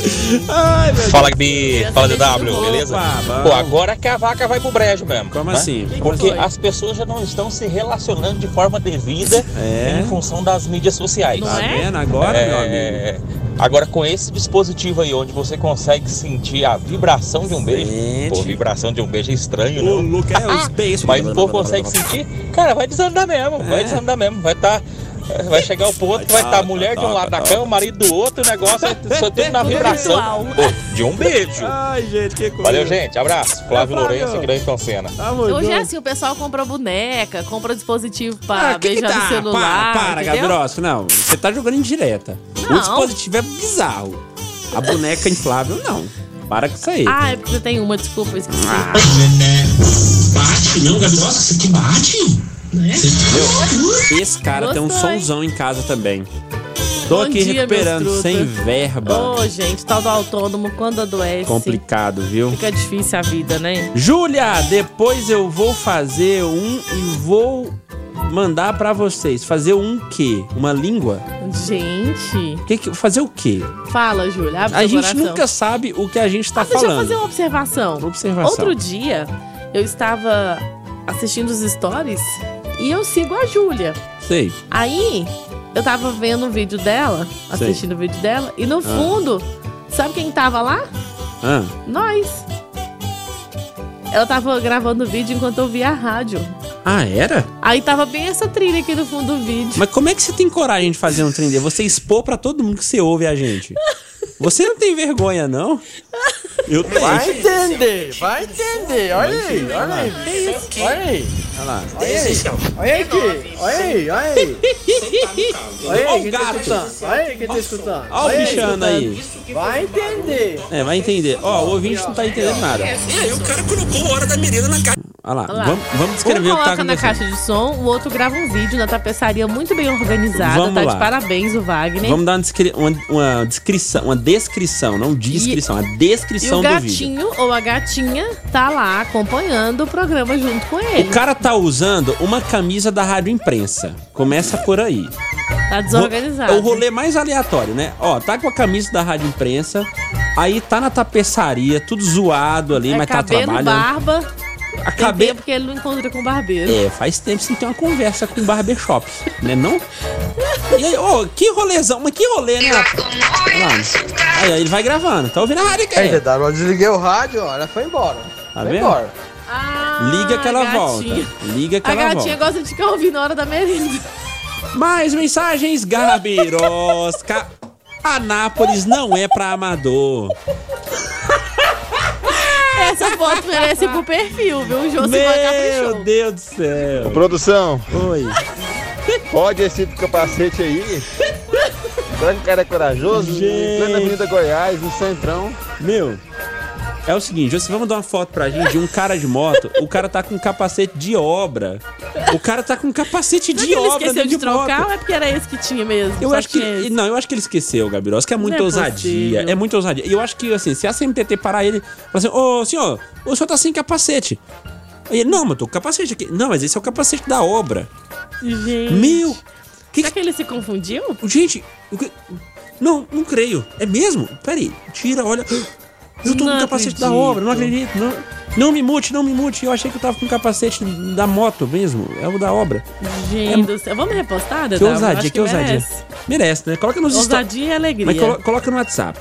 S4: Ai, meu
S7: Fala, Gabi. Fala, DW,
S3: é
S4: Opa,
S7: beleza?
S4: vamos.
S7: Pô, agora que a vaca vai pro brejo mesmo.
S4: Como
S7: né?
S4: assim? Como
S7: Porque
S4: assim?
S7: as pessoas já não estão se relacionando de forma devida
S4: É.
S7: em função das mídias sociais.
S5: é?
S4: Tá vendo agora,
S7: É.
S4: meu amigo?
S7: Agora, com esse dispositivo aí, onde você consegue sentir a vibração de um beijo. Pô, vibração de um beijo é estranho, né?
S4: O Luca é o Space.
S7: Mas o povo consegue sentir, cara, vai desandar mesmo, vai desandar mesmo, vai estar. Vai chegar o ponto que vai estar a mulher de um lado da cama, o marido do outro, o negócio é só tudo na vibração. Pô, de um beijo.
S4: Ai, gente, que coisa. Tá
S7: Valeu, gente. Abraço. Flávio Lourenço, grande Concena.
S5: Hoje é assim, o pessoal compra boneca, compra dispositivo pra
S4: que que
S5: beijar
S4: tá?
S5: no celular.
S4: Para, para,
S5: entendeu?
S4: Gabrosco. Não, você tá jogando indireta. O
S5: Não.
S4: dispositivo é bizarro. A boneca inflável, não. Para com isso aí.
S5: Ah, é porque você tem uma, desculpa, eu esqueci.
S4: Ah, Bate, não, Gabriel? Nossa, você que bate? Meu, esse cara tem um
S5: Gostou, hein?
S4: sonzão em casa também. Tô
S5: Bom
S4: aqui
S5: dia,
S4: recuperando,
S5: meus truta.
S4: sem verba.
S5: Ô, gente, tal do autônomo, quando adoece,
S4: Complicado, viu?
S5: fica difícil a vida, né?
S4: Júlia, depois eu vou fazer um e vou mandar pra vocês. Fazer um quê? Uma língua?
S5: Gente,
S4: Que que- fazer o quê?
S5: fala, Júlia, abre
S4: A
S5: seu
S4: gente
S5: coração.
S4: nunca sabe o que a gente tá
S5: Ah, deixa eu
S4: falando.
S5: fazer uma observação.
S4: Observação.
S5: Outro dia, eu estava assistindo os stories e eu sigo a Júlia.
S4: Sei.
S5: Aí, eu tava vendo o vídeo dela,
S4: Sei.
S5: assistindo o vídeo dela, e no fundo, sabe quem tava lá?
S4: Ah,
S5: Nós. Ela tava gravando o vídeo enquanto eu via a rádio.
S4: ah, era?
S5: Aí tava bem essa trilha aqui no fundo do vídeo.
S4: Mas como é que você tem coragem de fazer um trem desse? Você expor pra todo mundo que você ouve a gente. Você não tem vergonha, não? Eu tenho.
S12: Vai entender, vai entender. Olha aí, olha aí. Olha aí.
S4: Olha lá.
S12: Olha aí. Olha aqui. Olha aí, olha aí. Olha aí quem tá escutando. Olha aí quem tá escutando.
S4: Ó o
S12: Olha
S4: bichano aí.
S12: escutando. Vai entender.
S4: É, vai entender. Ó, o ouvinte não tá entendendo nada.
S12: aí É, o cara colocou a hora da merenda na cara.
S4: Olha lá.
S5: Olha lá.
S4: Vamos, vamos descrever
S5: um
S4: o que tá
S5: coloca na
S4: acontecendo.
S5: caixa de som, o outro grava um vídeo na tapeçaria muito bem organizada.
S4: Vamos
S5: tá
S4: lá.
S5: de parabéns o Wagner.
S4: Vamos dar uma, descri- uma, uma descrição, uma descrição, não descrição, a
S5: e
S4: descrição
S5: o
S4: do vídeo.
S5: gatinho ou a gatinha tá lá acompanhando o programa junto com ele.
S4: O cara tá usando uma camisa da rádio imprensa. Começa por aí.
S5: Tá desorganizado.
S4: É o rolê mais aleatório, né? Ó, tá com a camisa da rádio imprensa, aí tá na tapeçaria, tudo zoado ali,
S5: É
S4: mas tá
S5: cabelo,
S4: trabalhando.
S5: barba.
S4: Acabei-
S5: Acabei... porque ele não encontra com o barbeiro.
S4: É, faz tempo que você não tem uma conversa com o barbershop, né não? E aí, ô, que rolezão, mas que rolê, né? Olha lá. Aí, aí ele vai gravando, tá ouvindo a rádio
S12: Aí,
S4: cara.
S12: DW, eu desliguei o rádio, ó, ela foi embora.
S4: Tá
S12: foi
S4: vendo?
S12: embora.
S4: Liga que ela
S5: Ah, gatinha.
S4: volta. Liga que
S5: A
S4: ela
S5: gatinha
S4: volta.
S5: gosta de ficar ouvindo na hora da merenda.
S4: Mais mensagens, Gabirosca. Anápolis não é pra amador.
S5: Essa foto merece pro perfil, viu? O Jô se
S4: Meu
S5: caprichou.
S4: Deus do céu.
S8: Produção,
S4: Oi.
S8: pode esse capacete aí. Grande cara corajoso,
S4: Gente.
S8: em plena Avenida Goiás, no Centrão.
S4: Meu, é o seguinte, José, vamos dar uma foto pra gente de um cara de moto. O cara tá com um capacete de obra. O cara tá com um capacete
S5: Será
S4: de
S5: que ele
S4: obra
S5: esqueceu
S4: dentro
S5: de trocar ou
S4: moto.
S5: é porque era esse que tinha mesmo?
S4: Eu
S5: Só
S4: acho que.
S5: tinha esse?
S4: Não, eu acho que ele esqueceu, Gabriel. Acho que é muita
S5: é
S4: ousadia.
S5: possível.
S4: É muita ousadia. E eu acho que, assim, se a CMTT parar ele, falar assim: Ô senhor, o senhor tá sem capacete. Aí ele, não, mas eu tô com capacete aqui. Não, mas esse é o capacete da obra.
S5: Gente.
S4: Meu,
S5: Será que ele se confundiu?
S4: gente, o que- não, não creio. É mesmo? Peraí, tira, olha. Eu tô
S5: Não
S4: com capacete da
S5: acredito.
S4: obra, não acredito. Não. Não me mute, não me mute. Eu achei que eu tava com o capacete da moto mesmo. É o da obra.
S5: Gente do céu. Vamos repostar, Dedé?
S4: Que ousadia, que ousadia. Merece. né? Coloca nos
S5: Ousadia e alegria.
S4: Mas colo- coloca no WhatsApp.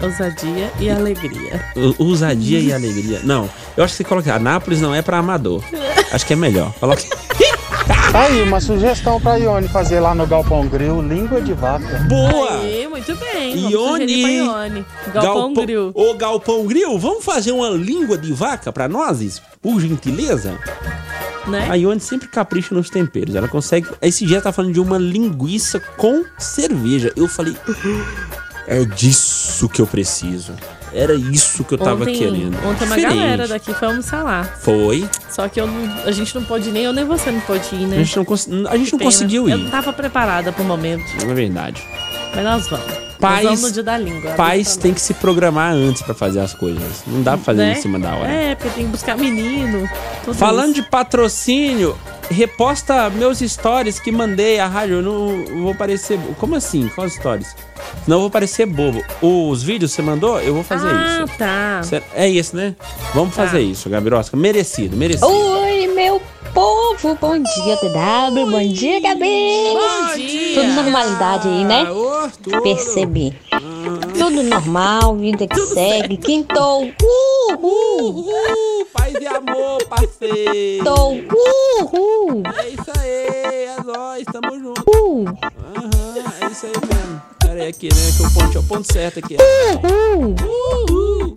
S5: Ousadia e alegria.
S4: O- Ousadia e alegria. Não, eu acho que você coloca. Anápolis não é pra amador. Acho que é melhor. Coloca.
S13: Tá Aí, uma sugestão pra Ione fazer lá no Galpão Grill, língua de vaca.
S4: Boa!
S5: Aê, muito bem. Vamos
S4: Ione.
S5: sugerir pra Ione. Galpão Grill.
S4: Ô, Galpão Grill, vamos fazer uma língua de vaca pra nós, por gentileza?
S5: Né?
S4: A Ione sempre capricha nos temperos. Ela consegue. Esse dia ela tá falando de uma linguiça com cerveja. Eu falei. É disso que eu preciso. Era isso que eu tava
S5: ontem,
S4: querendo.
S5: Ontem uma
S4: Diferente.
S5: galera daqui foi almoçar lá.
S4: Foi.
S5: Só que eu não- a gente não pôde ir, nem eu nem você não pôde ir, né?
S4: A gente não, cons- a gente
S5: Que
S4: não
S5: pena.
S4: conseguiu
S5: Eu tá
S4: ir.
S5: não tava preparada pro momento,
S4: É verdade.
S5: mas nós vamos.
S4: Pais-
S5: nós vamos no dia da língua.
S4: Pais têm que se programar antes pra fazer as coisas. Não dá pra fazer
S5: Né?
S4: em cima da hora.
S5: É, porque tem que buscar menino. tudo
S4: Falando de patrocínio, reposta meus stories que mandei a rádio. Eu não vou parecer. bo- Como assim? Quais stories? Não vou parecer bobo. Os vídeos que você mandou, eu vou fazer
S5: ah,
S4: isso.
S5: tá.
S4: Cê- É isso, né? Vamos
S5: Tá.
S4: fazer isso, Gabirosca. Merecido, merecido.
S14: Oi, meu povo! Bom dia, TW! Bom dia, Gabi!
S5: Bom dia!
S14: Tudo normalidade aí, né? Percebi.
S4: Hum.
S14: Tudo normal, vida que segue. Quintou! Uhul!
S4: Uhul! Paz e amor, parceiro!
S14: Quintou! Uhul!
S4: É isso aí, é nóis, tamo junto.
S14: Uhul!
S4: Aham, é isso aí mesmo. Pera aí, aqui, né? Que o ponto, é o ponto certo aqui.
S14: Uhul!
S4: Uhul!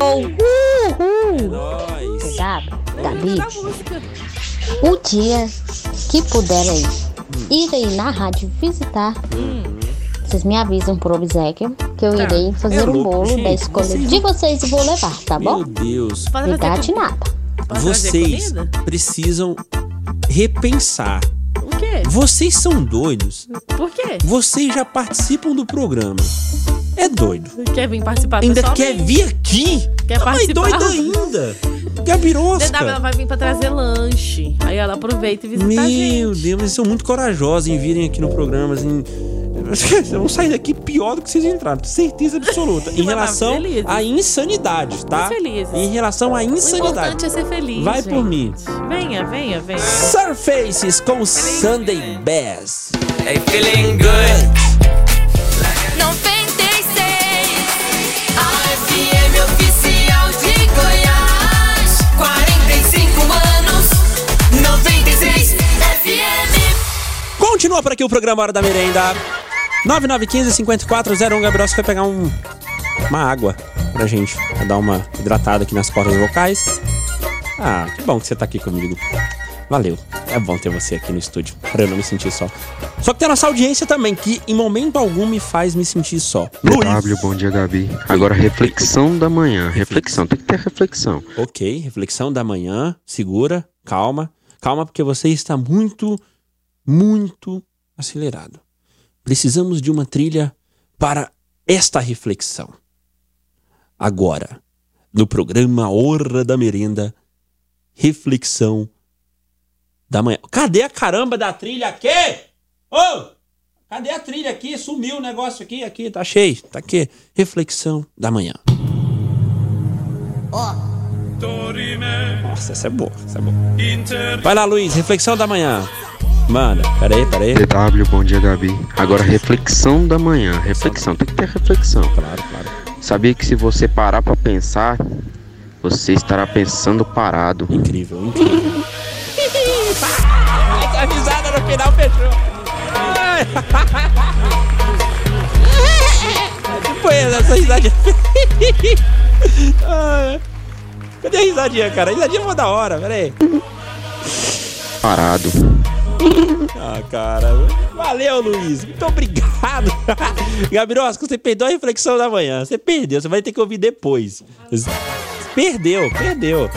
S14: Uhul! Uhul!
S4: Nóis!
S14: Gabi, Gabi, o dia que puder aí, ir aí na rádio visitar, vocês me avisam por obsequio que eu
S4: Hum. Tá.
S14: irei fazer
S4: É
S14: um
S4: louco,
S14: bolo
S4: gente,
S14: da escolha
S4: vocês-
S14: de vocês e vou levar, tá bom?
S4: Meu Deus.
S14: Verdade nada.
S4: Vocês precisam repensar.
S5: O quê?
S4: Vocês são doidos.
S5: Por quê?
S4: Vocês já participam do programa. É doido.
S5: Quer vir participar
S4: Ainda quer
S5: pessoalmente?
S4: vir aqui?
S5: Tá Quer
S4: Tá mais
S5: participar?
S4: doido ainda.
S5: DW, ela
S4: Gabirosca.
S5: vai vir pra trazer lanche. Aí ela aproveita e visita a tá, gente.
S4: Meu Deus, vocês são muito corajosos em virem aqui no programa. Assim. Vocês vão sair daqui pior do que vocês entraram. Certeza absoluta. Em
S5: Mas tá
S4: relação
S5: felizes.
S4: à insanidade, tá?
S5: felizes.
S4: Em relação à
S5: O
S4: insanidade.
S5: importante é ser feliz.
S4: tá Vai por
S5: gente.
S4: mim.
S5: Venha, venha, venha.
S4: Surfaces
S5: é
S4: com Sunday Bass. Hey, feeling
S11: AFM Oficial de Goiás. 45 anos, 96 FM.
S4: Continua por aqui o programa Hora da Merenda. 9915-5401. Gabriel, você vai pegar um, uma água pra gente. Pra dar uma hidratada aqui nas cordas vocais. Ah, que bom que você tá aqui comigo. Valeu. É bom ter você aqui no estúdio, pra eu não me sentir só. Só que tem a nossa audiência também, que em momento algum me faz me sentir só.
S15: W, bom dia, Gabi. Agora, reflexão da manhã. Reflexão, tem que ter reflexão.
S4: Ok, reflexão da manhã, segura, calma. Calma, porque você está muito, muito acelerado. Precisamos de uma trilha para esta reflexão. Agora, no programa Hora da Merenda, reflexão da manhã. Cadê a caramba da trilha aqui? Ô! Cadê a trilha aqui? Sumiu o negócio aqui, aqui, tá cheio, tá aqui. Reflexão da manhã. Nossa, essa é boa, essa é boa. Vai lá, Luiz, reflexão da manhã. Manda, peraí, peraí.
S15: W, bom dia, Gabi. Agora, reflexão da manhã. Reflexão, tem que ter reflexão.
S4: Claro, claro.
S15: Sabia que se você parar pra pensar, você estará pensando parado.
S4: Incrível, incrível.
S11: Essa risada no final fechou.
S4: Tipo essa risadinha. Ah, Cadê a risadinha, cara? A risadinha foi da hora, peraí.
S15: Parado.
S4: Ah, cara. Valeu, Luiz. Muito obrigado. Gabirosca, você perdeu a reflexão da manhã. Você perdeu, você vai ter que ouvir depois. Perdeu, perdeu.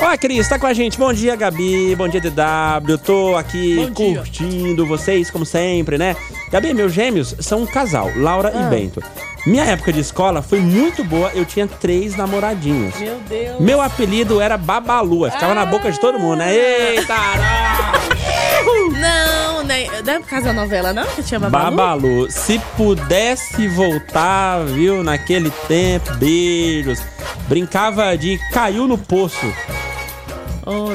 S4: Ó, a Cris, tá com a gente. Bom dia, Gabi. Bom dia, DW. Tô aqui curtindo vocês, como sempre, né? Gabi, meus gêmeos são um casal, Laura e Bento. Minha época de escola foi muito boa. Eu tinha três namoradinhos.
S5: Meu Deus.
S4: Meu apelido era Babalu. eu Ficava na boca de todo mundo, né? Eita!
S5: Não, né? Não é por causa da novela, não? Que tinha Babalu?
S4: Babalu, se pudesse voltar, viu, naquele tempo, beijos. Brincava de caiu no poço.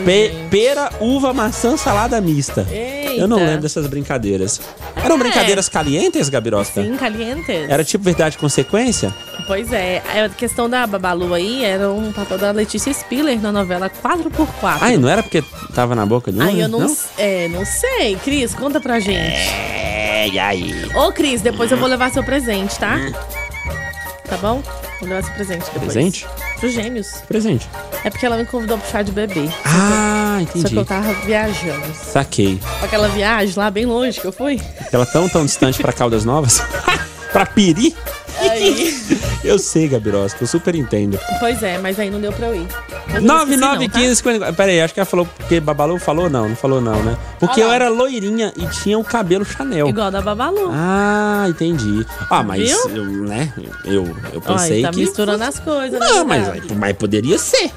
S4: Pe- pera, uva, maçã, salada mista.
S5: Eita.
S4: Eu não lembro dessas brincadeiras. Eram
S5: É.
S4: brincadeiras calientes, Gabirosta?
S5: Sim, calientes.
S4: Era tipo verdade e consequência?
S5: Pois é, a questão da Babalu aí era um papel da Letícia Spiller na novela 4x4.
S4: Ai, não era porque tava na boca de um?
S5: Aí eu não, É, não sei. Cris, conta pra gente.
S4: É, e aí? Hum.
S5: Ô, Cris, depois eu vou levar seu presente, tá? Tá bom? Vou levar seu presente depois.
S4: Presente?
S5: Pros gêmeos.
S4: Presente.
S5: É porque ela me convidou pro chá de bebê.
S4: Ah,
S5: Só que eu
S4: entendi.
S5: tava viajando.
S4: Saquei.
S5: Aquela viagem lá bem longe que eu fui.
S4: Ela tão, tão distante pra Caldas Novas? pra Piri?
S5: Aí.
S4: Eu sei, Gabirosta, eu super entendo.
S5: pois é, mas aí não deu pra eu ir. Mas eu não esqueci, não, tá?
S4: 9915. Tá? Pera aí, acho que ela falou porque Babalu falou não, não falou não, né? Porque
S5: Ah, não.
S4: eu era loirinha e tinha o cabelo Chanel.
S5: Igual da Babalu.
S4: Ah, entendi. Ah, mas
S5: Viu?
S4: eu, né? Eu, eu pensei
S5: Olha, tá
S4: que.
S5: misturando as coisas, né?
S4: Não, mas,
S5: Leonardo?
S4: mas poderia ser.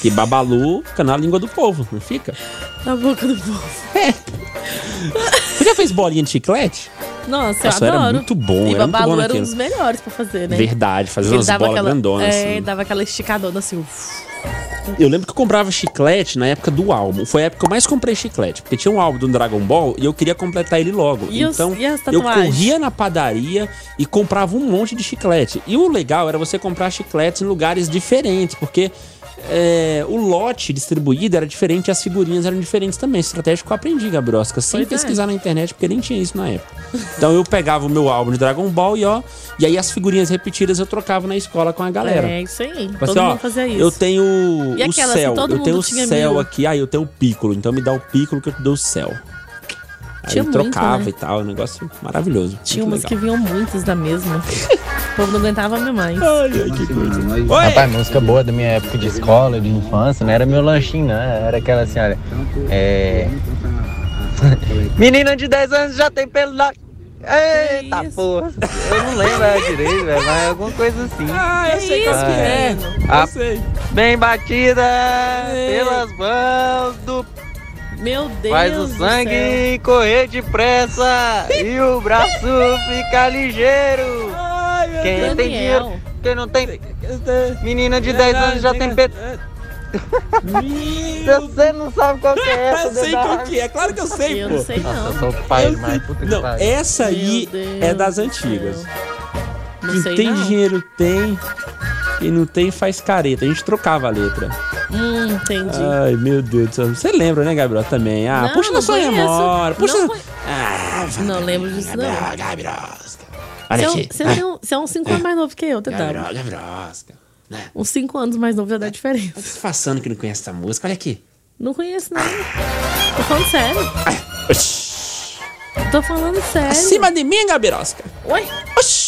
S4: que Babalu fica na língua do povo, não fica?
S5: Na boca do povo.
S4: É. Você já fez bolinha de chiclete?
S5: Nossa,
S4: Nossa,
S5: eu
S4: era
S5: adoro.
S4: muito bom,
S5: E
S4: era muito
S5: Babalu
S4: bom
S5: era um
S4: naquilo.
S5: dos melhores pra fazer, né?
S4: Verdade, fazer
S5: Ele
S4: umas
S5: dava
S4: bolas
S5: aquela,
S4: grandonas.
S5: É,
S4: assim.
S5: dava aquela esticadona assim. uf.
S4: Eu lembro que eu comprava chiclete na época do álbum. Foi a época que eu mais comprei chiclete. Porque tinha um álbum do Dragon Ball e eu queria completar ele logo.
S5: E os-
S4: então,
S5: e as
S4: eu
S5: tatuagens?
S4: corria na padaria e comprava um monte de chiclete. E o legal era você comprar chicletes em lugares diferentes, porque. é, o lote distribuído era diferente e as figurinhas eram diferentes também. Estratégia que eu aprendi, Gabrosca, sem
S5: Pois é.
S4: pesquisar na internet, porque nem tinha isso na época. Então eu pegava o meu álbum de Dragon Ball e ó, e aí as figurinhas repetidas eu trocava na escola com a galera.
S5: É isso aí.
S4: Tipo
S5: todo
S4: assim,
S5: mundo fazia isso.
S4: Eu tenho
S5: E
S4: o
S5: aquela,
S4: céu.
S5: assim, todo
S4: eu tenho
S5: mundo
S4: o
S5: tinha
S4: céu
S5: mil.
S4: aqui. Aí eu tenho o piccolo. Então me dá o piccolo que eu te dou o céu. Aí
S5: Tinha
S4: eu
S5: muito,
S4: trocava
S5: né?
S4: e tal. Um negócio maravilhoso.
S5: Tinha
S4: muito
S5: umas que
S4: legal.
S5: vinham muitas da mesma. o povo não aguentava minha mãe.
S4: Ai, ai, que coisa.
S16: Rapaz, música boa da minha época de escola, de infância, não era meu lanchinho, não. Era aquela assim, olha. É. Menina de 10 anos já tem pelo na. Eita porra! Eu não lembro ela direito, velho, mas é alguma coisa assim.
S4: Ah, eu sei qual que é.
S16: A-
S4: Eu sei.
S16: Bem batida pelas mãos do.
S4: é.
S5: Meu Deus.
S16: Faz o
S5: do céu.
S16: sangue correr depressa e o braço fica ligeiro. Quem
S5: Deus.
S16: tem
S5: Daniel.
S16: dinheiro, quem não tem. Menina
S5: É
S16: de 10 anos já tem peito. Você não sabe qual que é essa,
S4: Eu sei qual que é, claro que eu sei,
S16: Eu
S4: pô.
S16: não sei, não. Nossa, eu sou
S4: Eu
S16: pai
S4: sei.
S16: demais, puta que
S4: Não,
S16: pariu.
S4: essa aí
S16: Meu
S4: é
S16: Deus
S4: das
S16: do
S4: antigas.
S5: Não
S4: Quem
S5: sei,
S4: tem
S5: não.
S4: dinheiro tem, quem não tem faz careta. A gente trocava a letra.
S5: Hum, entendi.
S4: Ai, meu Deus do céu. Você lembra, né, Gabriel? Também. Ah,
S5: Não,
S4: puxa na
S5: não
S4: sua
S5: conheço.
S4: memória. Puxa.
S5: Não
S4: na- Ah,
S5: não lembro disso, não.
S4: Olha
S5: Você é um-
S4: aqui.
S5: Você é um- você é uns 5 anos mais novo que eu,
S4: Gabriel,
S5: Tedão.
S4: Gabrosca.
S5: Uns 5 anos mais novo já dá diferença.
S4: Disfarçando que não conhece essa música. Olha aqui.
S5: Não conheço, não. Tô falando sério. Tô falando sério.
S4: Acima de mim, Gabirosca.
S5: Oi?
S4: Oxi!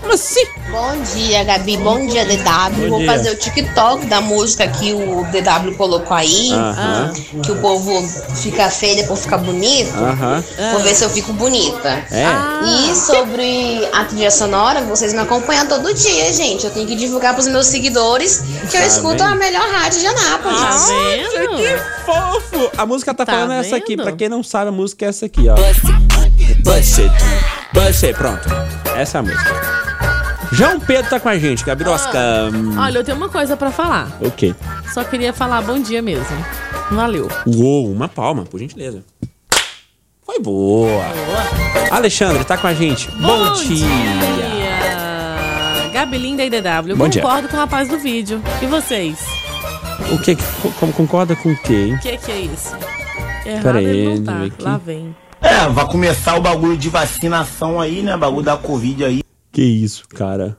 S4: Como assim?
S17: Bom dia, Gabi. Bom dia, DW.
S4: Bom
S17: Vou
S4: dia.
S17: fazer o TikTok da música que o DW colocou aí.
S5: Ah,
S4: Aham.
S17: Que o povo fica feio, depois fica bonito.
S4: Aham.
S17: Vou ver se eu fico bonita.
S4: É.
S17: E sobre a trilha sonora, vocês me acompanham todo dia, gente. Eu tenho que divulgar pros meus seguidores que eu
S4: Tá
S17: escuto
S4: vendo?
S17: a melhor rádio de
S5: tá
S17: Anápolis. Ah.
S4: Nossa, que fofo! A música tá,
S17: Tá
S4: falando é essa aqui.
S17: vendo?
S4: Pra quem não sabe, a música é essa aqui, ó. Bust it. Bust it. Pronto. Essa é a música. João Pedro tá com a gente,
S5: Ah.
S4: Gabirosca. Hum,
S5: Olha, eu tenho uma coisa pra falar.
S4: Ok.
S5: Só queria falar bom dia mesmo. Valeu.
S4: Uou, uma palma, por gentileza. Foi boa. Alexandre tá com a gente. Bom, dia.
S5: dia. Gabi Linda e DW. Eu
S4: Bom dia.
S5: concordo com o rapaz do vídeo. E vocês?
S4: O que? que- Como concorda com o quê, hein?
S5: O que, que é isso?
S4: Pera
S5: Errado
S4: aí,
S5: ele não
S4: deixa eu ver
S5: tá.
S4: aqui.
S5: Lá vem.
S18: É, vai começar o bagulho de vacinação aí, né? Bagulho da Covid aí.
S4: Que isso, cara.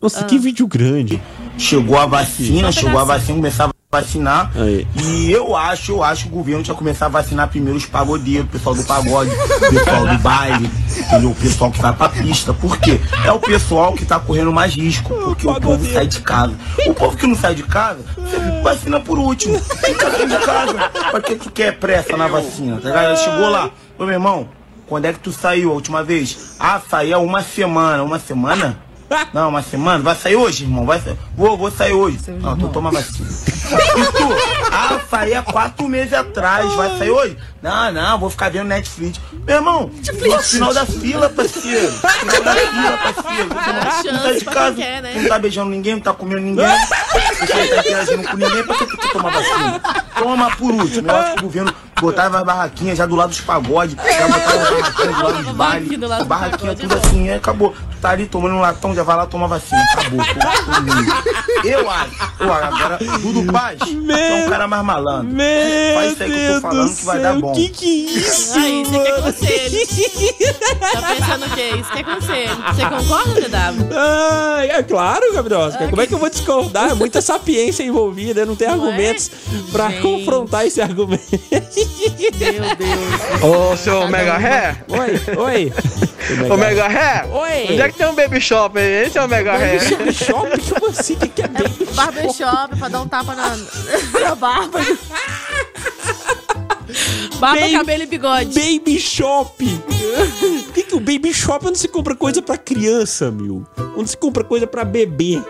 S4: Nossa,
S18: Ah.
S4: que vídeo grande.
S18: Chegou a vacina,
S4: Só um
S18: chegou a
S4: pedacinho.
S18: vacina, começava a vacinar.
S4: Aí.
S18: E eu acho, eu acho que o governo tinha que começar a vacinar primeiro os pagodeiros, o pessoal do pagode, o pessoal do baile, entendeu? o pessoal que vai pra pista. Por quê? É o pessoal que tá correndo mais risco, porque o povo sai de casa. O povo que não sai de casa, você vacina por último. Fica dentro de casa. Pra que tu quer pressa na vacina? Tá ligado? Chegou lá, ô meu irmão, quando é que tu saiu a última vez? Ah, saí há uma semana. Uma semana? Não, mas assim, mano, vai sair hoje, irmão. Vai sair. Vou, vou sair hoje. Não, tu toma vacina. E tu? Ah, saí há quatro meses atrás. Vai sair hoje? Não, não, vou ficar vendo Netflix. Meu irmão, no final da fila, parceiro. Final da
S6: Tá
S18: fila, parceiro. Você não, não tá de casa,
S5: né?
S18: não tá beijando ninguém, não tá comendo ninguém. Você não tá interagindo com ninguém, pra que tu toma vacina? Toma por último. Eu acho que o governo botava as barraquinhas já do lado dos pagodes, já botava as barraquinhas do lado dos bailes, barraquinha tudo assim, aí acabou. Tá ali tomando um latão, já vai lá tomar vacina, acabou. Eu acho, eu acho, agora, Dudu Paz, tu é um cara mais malandro. Faz isso aí que eu tô falando que vai dar bom.
S4: que é isso?
S5: Aí, você quer conselho. tá pensando o quê? Isso que é conselho. Você concorda, DW?
S4: Ai, é claro, Gabriel Oscar. Como é que eu vou discordar? É muita sapiência envolvida, não tem argumentos pra confrontar esse argumento.
S5: Meu Deus.
S19: Ô, seu Omega
S14: É.
S19: Ré?
S4: Oi, oi. é?
S18: é
S19: Omega Ré?
S4: Oi.
S19: Onde é que tem um baby shop aí? Esse é o Omega Ré.
S4: Baby shop? Como assim? O que que é baby
S5: Barbershop pra dar um tapa na, na barba. Barba,
S4: Baby-
S5: cabelo e bigode.
S4: Baby shop. Por que, que o baby shop é onde se compra coisa pra criança, meu? Onde se compra coisa pra bebê.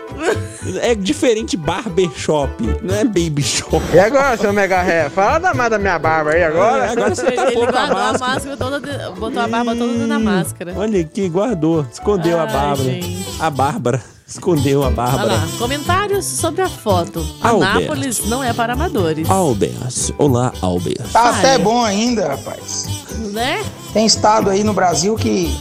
S4: É diferente barber shop, não é baby shop.
S19: E agora, seu Mega Ré? Fala da mais da minha barba aí agora.
S4: É, agora você tá
S5: Ele
S4: pondo
S5: guardou
S4: a
S5: a
S4: máscara.
S5: máscara toda, de- botou a barba toda dentro da máscara.
S4: Olha aqui, guardou. Escondeu a
S5: Ai,
S4: Bárbara.
S5: gente.
S4: A Bárbara. Escondeu a
S5: Olha
S4: Bárbara.
S5: lá, comentários sobre a foto.
S4: Alberto.
S5: Anápolis não é para amadores.
S4: Albert. Olá, Albert.
S20: Tá
S5: Olha.
S20: até bom ainda, rapaz.
S5: Né?
S20: Tem estado aí no Brasil que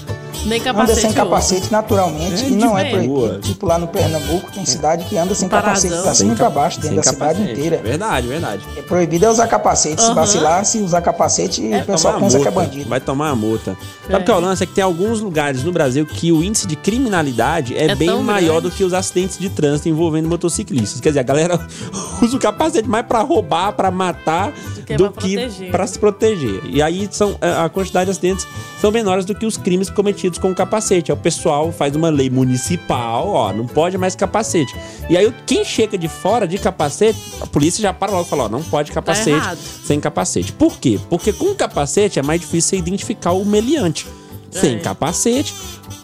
S5: Nem
S20: anda
S5: capacete.
S11: é
S20: sem capacete naturalmente,
S4: É,
S20: e não é
S4: de boa.
S20: proibido. Tipo lá no Pernambuco, tem cidade que anda sem
S5: Paradão.
S20: capacete pra cima e Tá pra baixo, dentro
S4: Sem
S20: da cidade
S4: capacete.
S20: inteira.
S4: Verdade, verdade.
S20: É proibido é usar capacete. Se
S4: Aham.
S20: vacilar, se usar capacete, o pessoal
S4: Tomar a
S20: pensa que é
S4: multa.
S20: bandido.
S4: Vai tomar a multa.
S20: É.
S4: Sabe o que é o lance? É que tem alguns lugares no Brasil que o índice de criminalidade é,
S20: É
S4: bem
S20: tão
S4: maior
S20: grande.
S4: do que os acidentes de trânsito envolvendo motociclistas. Quer dizer, a galera usa o capacete mais pra roubar, pra matar,
S5: que
S4: do
S5: pra
S4: que
S5: proteger.
S4: pra se proteger. E aí são, é, a a quantidade de acidentes são menores do que os crimes cometidos com o capacete. Aí o pessoal faz uma lei municipal, ó, não pode mais capacete. E aí quem chega de fora de capacete, a polícia já para logo e fala, ó, não pode capacete
S5: errado.
S4: sem capacete. Por quê? Porque com capacete é mais difícil você identificar o meliante. Sem capacete.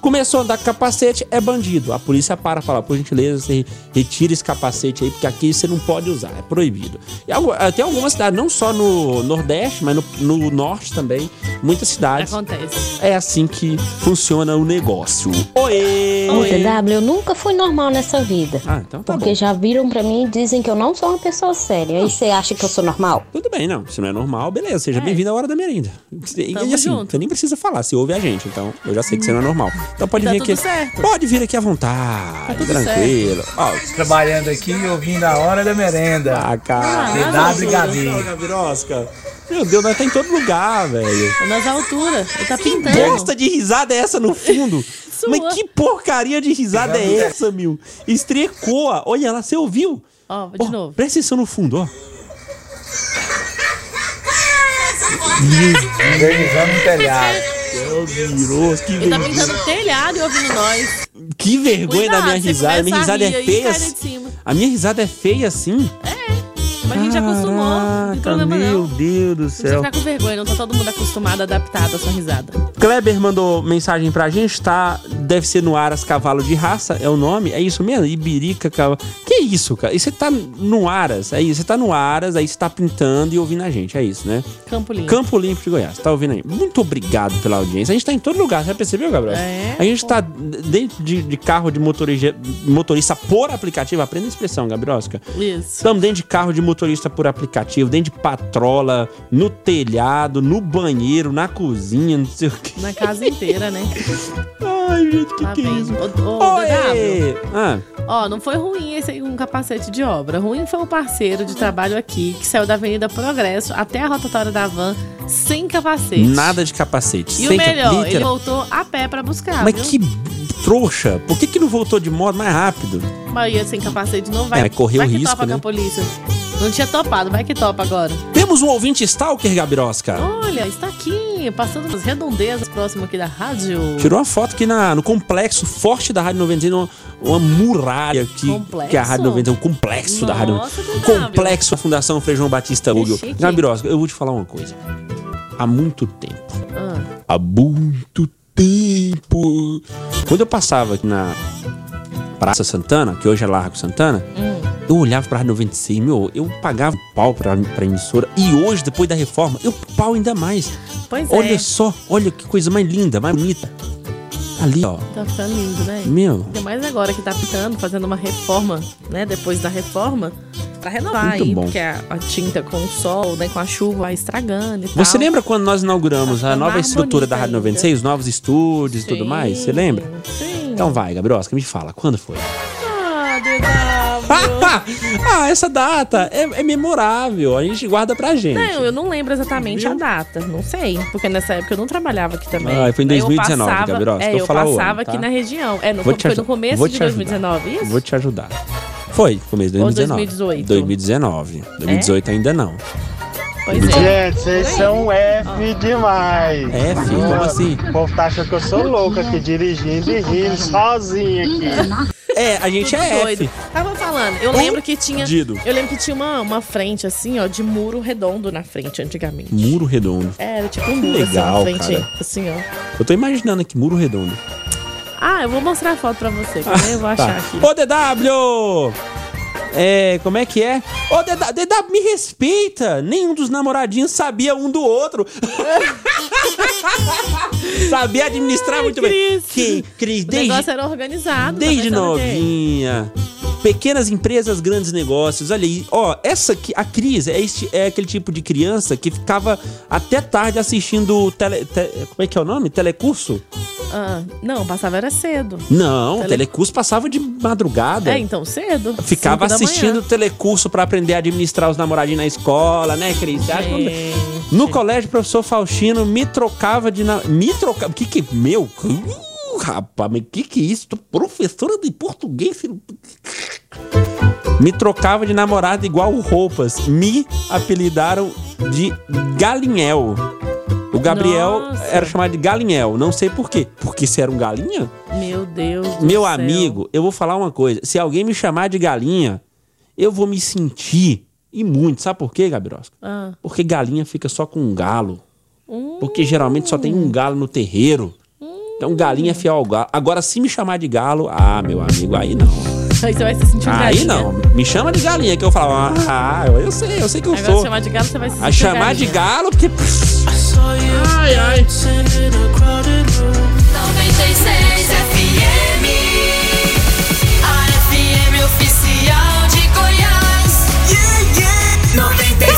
S4: Começou a andar com capacete, é bandido. A polícia para e fala, por gentileza, você retira esse capacete aí, porque aqui você não pode usar, é proibido. E algu- eh, tem algumas cidades, não só no Nordeste, mas no, no Norte também, muitas cidades.
S5: Acontece.
S4: É assim que funciona o negócio. Oi!
S14: Ô, CW, eu nunca fui normal nessa vida.
S4: Ah, então tá
S14: porque
S4: bom.
S14: já viram pra mim e dizem que eu não sou uma pessoa séria. Aí você acha que eu sou normal?
S4: Tudo bem, não. Se não é normal, beleza. Seja bem-vindo à hora da merenda. E,
S14: Tamo
S4: e assim,
S14: junto.
S4: você nem precisa falar, você ouve a gente. Então, eu já sei que você não é normal. Então pode
S14: Tá
S4: vir
S14: tudo
S4: aqui.
S14: certo. Tá
S4: Pode vir aqui à vontade,
S14: tudo
S4: tranquilo. Ó, tá,
S21: Trabalhando aqui e ouvindo a hora da merenda.
S4: Ah, cara.
S21: CW Gabi.
S4: Gabirosca. Meu Deus, nós tá em todo lugar, velho.
S5: Nas alturas. Ele tá pintando.
S4: Bosta de risada é essa no fundo? Mas que porcaria de risada é essa, meu? Estrecoa. Olha lá, você ouviu?
S5: Ó, de novo.
S4: Presta atenção no fundo, ó.
S21: Organizando um telhado.
S4: Gabirosca, que
S5: Ele tá
S4: vergonha.
S5: pintando o telhado e ouvindo nós.
S4: Que vergonha
S5: Cuidado,
S4: da minha
S5: você
S4: risada. A minha
S5: começa a
S4: risada é
S5: rir aí,
S4: feia.
S5: cai lá de cima.
S4: A minha risada é feia assim?
S5: Mas a gente já acostumou. Não tem problema não.
S4: Meu Deus do
S5: Não precisa
S4: céu.
S5: ficar com vergonha, não tá todo mundo acostumado, adaptado à sua risada.
S4: Kleber mandou mensagem pra gente, tá? Deve ser no Aras Cavalo de Raça, é o nome? É isso mesmo? Ibirica Cavalo. Que isso, cara? E você tá no Aras, é isso? Você tá no Aras, aí você tá pintando e ouvindo a gente, é isso, né?
S5: Campo Limpo.
S4: Campo Limpo de Goiás, tá ouvindo aí? Muito obrigado pela audiência. A gente tá em todo lugar, você já percebeu, Gabriel?
S5: É.
S4: A gente tá dentro de, de carro de motorige- motorista por aplicativo, aprenda a expressão, Gabrielosca.
S5: Isso.
S4: Estamos dentro de carro de motorista por aplicativo, dentro de patrola, no telhado, no banheiro, na cozinha, não sei o que.
S5: Na casa inteira, né?
S4: Ai, gente, que
S5: que é isso? Ô, ô, DW,
S4: Oi! Ah,
S5: Ó, não foi ruim esse aí, um capacete de obra. Ruim foi o parceiro de trabalho aqui, que saiu da Avenida Progresso até a rotatória da van sem capacete.
S4: nada de capacete.
S5: E
S4: sem
S5: o melhor,
S4: cap-
S5: ele
S4: literal.
S5: voltou a pé pra buscar,
S4: Mas
S5: viu?
S4: que trouxa. Por que, que não voltou de moto mais rápido?
S5: Mas ia sem capacete não vai.
S4: É, correu
S5: vai que
S4: risco,
S5: topa
S4: né?
S5: com a polícia. Não tinha topado, vai que topa agora.
S4: Temos um ouvinte stalker, Gabirosca.
S5: Olha, está aqui, passando nas redondezas próximo aqui da rádio.
S4: Tirou uma foto aqui na, no complexo forte da Rádio 91, uma, uma muralha aqui,
S5: Complexo?
S4: que é a Rádio 91, um complexo da Rádio
S5: Nossa,
S4: 91. Complexo da Fundação Frei João Batista Hugo.
S5: chique.
S4: Gabirosca, eu vou te falar uma coisa. Há muito tempo,
S5: Ah,
S4: há muito tempo, quando eu passava aqui na Praça Santana, que hoje é Largo Santana,
S5: Hum.
S4: eu olhava pra Rádio 96, meu, eu pagava um pau pra, pra emissora. E hoje, depois da reforma, eu pau ainda mais.
S5: Pois é.
S4: olha só, olha que coisa mais linda, mais bonita. Ali, ó.
S5: Tá ficando lindo, né?
S4: Meu.
S5: Ainda mais agora que tá pintando, fazendo uma reforma, né? Depois da reforma, pra renovar
S4: Muito
S5: aí,
S4: bom.
S5: porque a, a tinta com o sol, né, com a chuva, vai estragando e tal.
S4: Você lembra quando nós inauguramos a nova
S5: mais
S4: estrutura da
S5: bonita
S4: Rádio 96, os novos estúdios e tudo mais? Você lembra?
S5: Sim.
S4: Então vai, Gabriosca, me fala, quando foi?
S5: Ah, DW.
S4: ah, essa data é, é memorável, a gente guarda pra gente.
S5: Não, eu não lembro exatamente a data, não sei, porque nessa época eu não trabalhava aqui também.
S4: Ah, foi em
S5: Daí
S4: 2019,
S5: eu passava,
S4: Gabiroba,
S5: É,
S4: então
S5: eu
S4: fala o ano,
S5: passava aqui
S4: tá?
S5: na região. É, no,
S4: Vou
S5: foi
S4: te
S5: no
S4: ajudar,
S5: começo
S4: vou
S5: de
S4: te ajudar.
S5: 2019, isso?
S4: Vou te ajudar. Foi, começo de
S5: Ou
S4: 2019.
S5: 2018?
S4: 2019. 2018 ainda não.
S5: é.
S13: Gente, vocês são F demais.
S4: F? Como assim?
S13: O povo tá achando que eu sou louco aqui, dirigindo e rindo sozinho aqui.
S4: É, a gente
S5: Tudo
S4: é F.
S5: doido.
S4: Um
S5: Tava falando, eu lembro que tinha.
S4: Fudido.
S5: Eu lembro que tinha uma, uma frente assim, ó, de muro redondo na frente antigamente.
S4: Muro redondo.
S5: Era tipo um
S4: Que
S5: muro
S4: legal,
S5: assim, na frente,
S4: cara.
S5: assim, ó.
S4: Eu tô imaginando aqui, muro redondo. Tá.
S5: Ah, eu vou mostrar a foto pra você, que eu
S4: Ah,
S5: vou achar aqui.
S4: Ô, DW! É, como é que é? Ô, DW, DW, me respeita! Nenhum dos namoradinhos sabia um do outro. sabia administrar muito bem. Que, Cris,
S5: O negócio
S4: desde,
S5: era organizado. tá
S4: desde
S5: pensando o quê?
S4: novinha. Pequenas empresas, grandes negócios. Olha aí, ó, essa aqui, a Cris é, este- é aquele tipo de criança que ficava até tarde assistindo tele, te- como é que é o nome? Telecurso?
S5: Ah, não, passava era cedo.
S4: Não,
S5: Tele-
S4: telecurso passava de madrugada.
S5: É, então cedo.
S4: Ficava
S5: Cinco da
S4: assistindo telecurso pra aprender a administrar os namoradinhos na escola, né, Cris? Você acha que- No colégio, o professor Faustino me trocava de. na- Me trocava. O que que. Meu? Uh, rapaz, mas o que que é isso? Tu professora de português? você não- é? Me trocava de namorada igual roupas. Me apelidaram de Galinhel. O Gabriel
S5: Nossa.
S4: era chamado de Galinhel. Não sei por quê. Porque se era um galinha?
S5: manhã. Meu Deus. do
S4: Meu
S5: céu.
S4: amigo, eu vou falar uma coisa. Se alguém me chamar de galinha, eu vou me sentir e muito. Sabe por quê, Gabrosca?
S5: Ah.
S4: Porque galinha fica só com um galo.
S5: Hum.
S4: Porque geralmente só tem um galo no terreiro. Então galinha é fiel ao galo. Agora, se me chamar de galo, ah, meu amigo, aí não.
S5: Aí você vai se sentir né?
S4: Aí
S5: galinha.
S4: não. Me chama de galinha, que eu falo, ah, eu, eu sei, eu sei que eu
S5: Agora
S4: sou.
S5: se chamar de galo, você vai se
S4: A
S5: sentir né?
S4: chamar de
S5: galinha.
S4: galo, porque.
S11: Ai, ai. 96 FM, a FM oficial de Goiás. Yeah, yeah. 96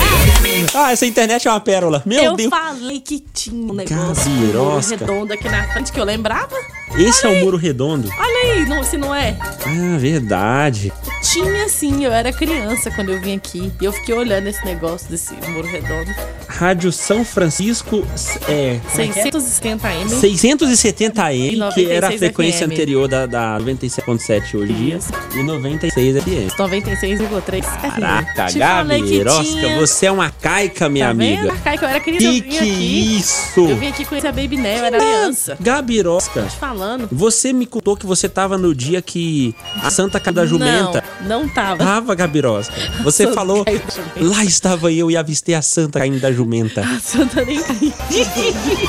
S11: FM.
S4: Ah, essa internet é uma pérola. Meu
S5: eu
S4: Deus.
S5: falei que tinha um negócio
S4: Cabirosca.
S5: redondo aqui na frente que eu lembrava.
S4: Esse é o muro redondo.
S5: Olha aí, não, se não é.
S4: Ah, verdade.
S5: Tinha sim, eu era criança quando eu vim aqui. E eu fiquei olhando esse negócio desse muro redondo.
S4: Rádio São Francisco é, como é que é?
S5: 670 M.
S4: 670
S5: E
S4: AM,
S5: 96
S4: que era a frequência
S5: FM.
S4: anterior da, da 97.7 hoje em dia, e 96 FM.
S5: 96,3
S4: Caraca,
S5: Te falei que
S4: Gabirosca,
S5: tinha.
S4: você é uma caica, minha
S5: tá Vendo?
S4: amiga.
S5: Arcaica, eu era criança,
S4: Que
S5: eu vim aqui.
S4: que isso?
S5: Eu vim aqui conhecer a Baby Nel, eu era criança.
S4: Gabirosca,
S5: Te falando.
S4: você me contou que você tava no dia que a Santa Casa da Jumenta... Ah.
S5: Não, não tava.
S4: Tava, Gabirosca. Você
S5: Santa
S4: falou,
S5: Casa da Jumenta.
S4: lá estava eu e avistei a Santa caindo da Jumenta.
S5: Santa nem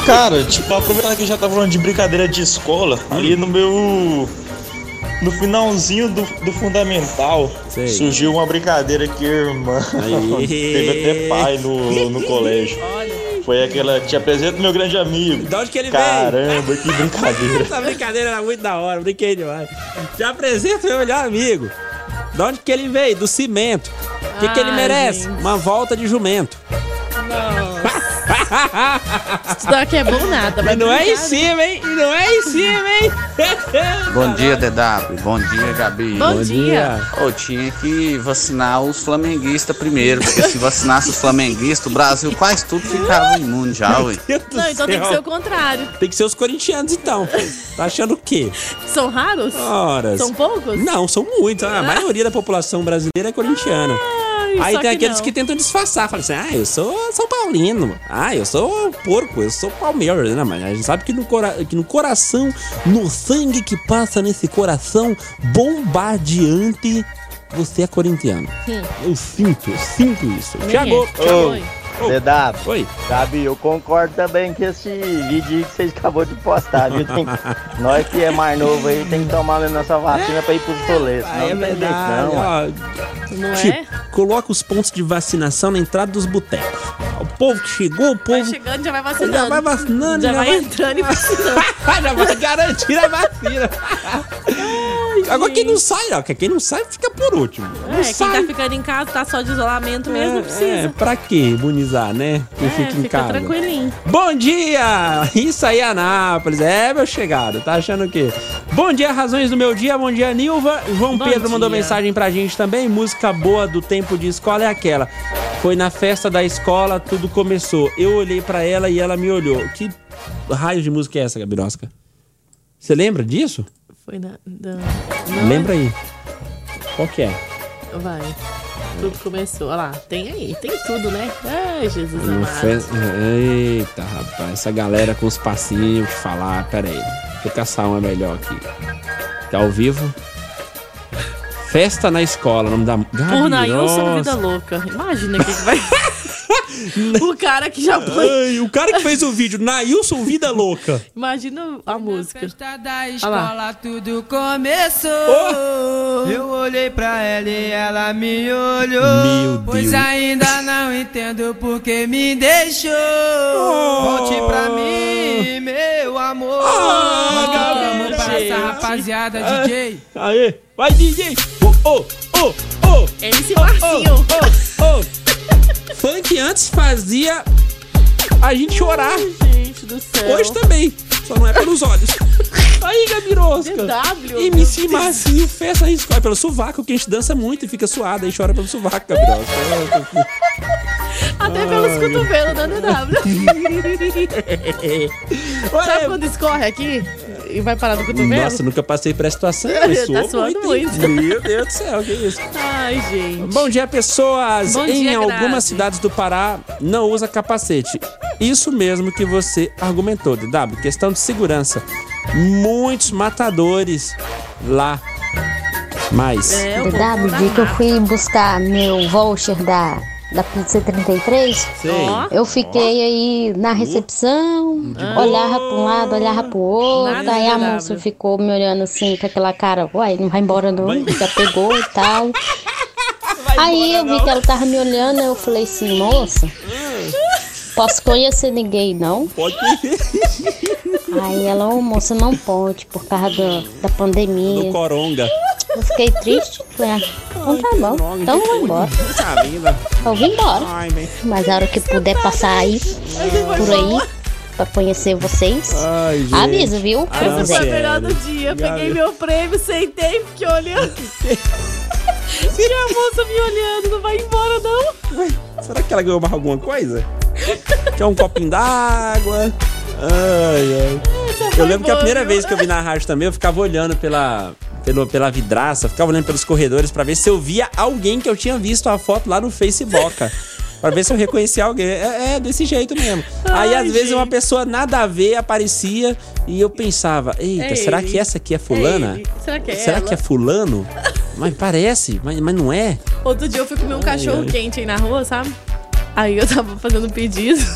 S2: Cara, tipo, aproveitando que já tá falando de brincadeira de escola, ali no meu. No finalzinho do, do fundamental,
S4: Sei.
S2: surgiu uma brincadeira que, irmã,
S4: Aí.
S2: teve até pai no, no colégio. Foi aquela, te apresento meu grande amigo.
S4: De onde que ele veio?
S2: Caramba, que brincadeira.
S4: Essa brincadeira era muito da hora, brinquei demais. Te apresento meu melhor amigo. De onde que ele veio? Do cimento. O que, que ele
S5: Ai,
S4: merece?
S5: gente.
S4: Uma volta de jumento.
S5: Isso daqui é bom nada.
S4: Mas não é em
S5: isso.
S4: cima, hein? E não é em cima, hein?
S3: Bom dia, DW. Bom dia, Gabi.
S5: Bom Bom dia.
S3: Eu tinha que vacinar os flamenguistas primeiro, porque se vacinasse os flamenguistas, o Brasil quase tudo ficava imune já, ué.
S5: Não, então tem que ser o contrário.
S4: Tem que ser os corintianos, então. Tá achando o quê?
S5: São raros?
S4: Horas.
S5: São poucos?
S4: Não, são muitos. A maioria da população brasileira é corintiana. Aí
S5: Ah, só
S4: tem
S5: que
S4: aqueles
S5: não.
S4: que tentam disfarçar. Falam assim, ah, eu sou São Paulino. Ah, eu sou porco, eu sou palmeiras. Não, mas a gente sabe que no, cora- que no coração, no sangue que passa nesse coração bombardeante, você é corintiano.
S5: Hum.
S4: Eu sinto, eu sinto isso.
S5: Nem
S4: Tiago,
S5: é. Tiago, oi.
S8: DW. Oi. Gabi, eu concordo também com esse vídeo aí que vocês acabou de postar, viu? Tem- nós que é mais novo aí tem que tomar mesmo nossa vacina pra ir pros rolês.
S2: É
S8: Senão não tem jeito não. mano.
S4: ó,
S5: É?
S4: Tipo, coloca os pontos de vacinação na entrada dos botecos. O povo que chegou, o povo.
S5: Chegando, já vai vacinando.
S4: Já vai vacinando,
S5: Já,
S4: já
S5: vai
S4: vai- Ah,
S5: entrando e vacinando.
S4: já vai garantir a vacina. Agora quem não sai, ó, quem não sai fica por último.
S5: É, quem tá ficando em casa, tá só de isolamento mesmo, não
S4: É,
S5: precisa. É,
S4: pra que imunizar, né? Quem fica em
S5: fica
S4: casa.
S5: tranquilinho.
S4: Bom dia! Isso aí, Anápolis. É, meu chegado. Tá achando o quê? Bom dia, Razões do Meu Dia. Bom dia, Nilva. João
S5: Bom
S4: Pedro mandou
S5: dia.
S4: mensagem pra gente também. Música boa do tempo de escola é aquela. Foi na festa da escola, tudo começou. Eu olhei pra ela e ela me olhou. Que raio de música é essa, Gabirosca? Você lembra disso?
S5: Foi na. da-
S4: Lembra aí. Qual que é?
S5: Vai. Tudo começou. Olha lá, tem aí, tem tudo, né? Ai, Jesus
S4: Uma
S5: amado.
S4: fe- Eita, rapaz, essa galera com os passinhos de falar, pera aí. Deixa eu caçar uma é melhor aqui. Tá ao vivo? Festa na escola, o nome da.
S5: Por Nailson, vida
S4: Gabirosa.
S5: louca. Imagina o que, que vai. o cara que já foi.
S4: Ai, o cara que fez o vídeo, Nailson Vida Louca.
S5: Imagina a música.
S11: da
S5: escola
S11: tudo começou. Eu olhei pra ela e ela me olhou.
S4: Meu
S11: Pois
S4: Deus.
S11: ainda não entendo por que me deixou. Volte pra mim, meu amor. Manda pra
S4: gente.
S11: essa rapaziada, DJ.
S4: Aê, vai DJ! Ô, ô, ô, ô!
S5: Esse
S4: Marcinho! Ô, ô! Funk antes fazia a gente chorar.
S5: Gente do céu.
S4: Hoje tá- também, só não é pelos olhos. Aí, Gabirosca.
S5: DW,
S4: MC Marcinho, festa escola. Pelo sovaco, que a gente dança muito e fica suado. Aí chora pelo sovaco, Gabirosca.
S5: Até pelos
S4: Ai.
S5: cotovelos da DW. Sabe quando escorre aqui e vai parar no cotovelo?
S4: Nossa, nunca passei por essa situação.
S5: Tá
S4: mas suou
S5: suando
S4: hein?
S5: muito.
S4: Meu Deus do céu, que isso.
S5: Ai, gente.
S4: Bom dia, pessoas!
S5: Bom
S4: em
S5: dia,
S4: algumas
S5: Grazi.
S4: cidades do Pará não usa capacete. Isso mesmo que você argumentou, DW. Questão de segurança. Muitos matadores lá. Mas.
S5: É, um
S14: DW, dia É que eu fui buscar meu voucher da, da Pizza 33,
S4: Sei. Ó.
S14: eu fiquei aí na recepção, olhava pra um lado, olhava pro outro,
S5: Nada
S14: aí a
S5: agradável.
S14: moça ficou me olhando assim com aquela cara, uai, não vai embora não, já pegou e tal. Aí eu vi que ela tava me olhando, eu falei assim, moça, posso conhecer ninguém não?
S4: Pode
S14: Aí ela, ô moça, não pode, por causa da, da
S4: Do
S14: pandemia.
S4: coronga.
S14: Eu fiquei triste, falei, ah, então tá bom, então vou embora.
S4: Tá linda.
S14: Eu vim embora. Mas a hora que puder passar aí, por aí, pra conhecer vocês,
S4: gente.
S14: avisa, viu? Que eu
S5: Essa
S4: é.
S5: foi a
S14: quiser.
S5: melhor do dia. Eu Peguei
S14: Gabi.
S5: meu prêmio, sentei, fiquei olhando. E a moça me olhando, não vai embora, não.
S4: Será que ela ganhou mais alguma coisa? Quer um copinho d'água? Ai, ai. Eu lembro que a
S5: boa,
S4: primeira
S5: viu?
S4: vez que eu vim na rádio também, eu ficava olhando pela, pelo, pela vidraça, ficava olhando pelos corredores pra ver se eu via alguém que eu tinha visto a foto lá no Facebook. Pra ver se eu reconhecia alguém. É, é, desse jeito mesmo. Aí,
S5: Ai,
S4: às vezes,
S5: gente.
S4: uma pessoa nada a ver aparecia e eu pensava: eita,
S5: É
S4: será
S5: ele.
S4: que essa aqui é fulana?
S5: É ele. Será que é
S4: Será
S5: ela?
S4: que é fulano? Mas parece, mas, mas não é.
S5: Outro dia eu fui comer um cachorro
S4: ai.
S5: quente aí na rua, sabe? Aí eu tava fazendo um pedido.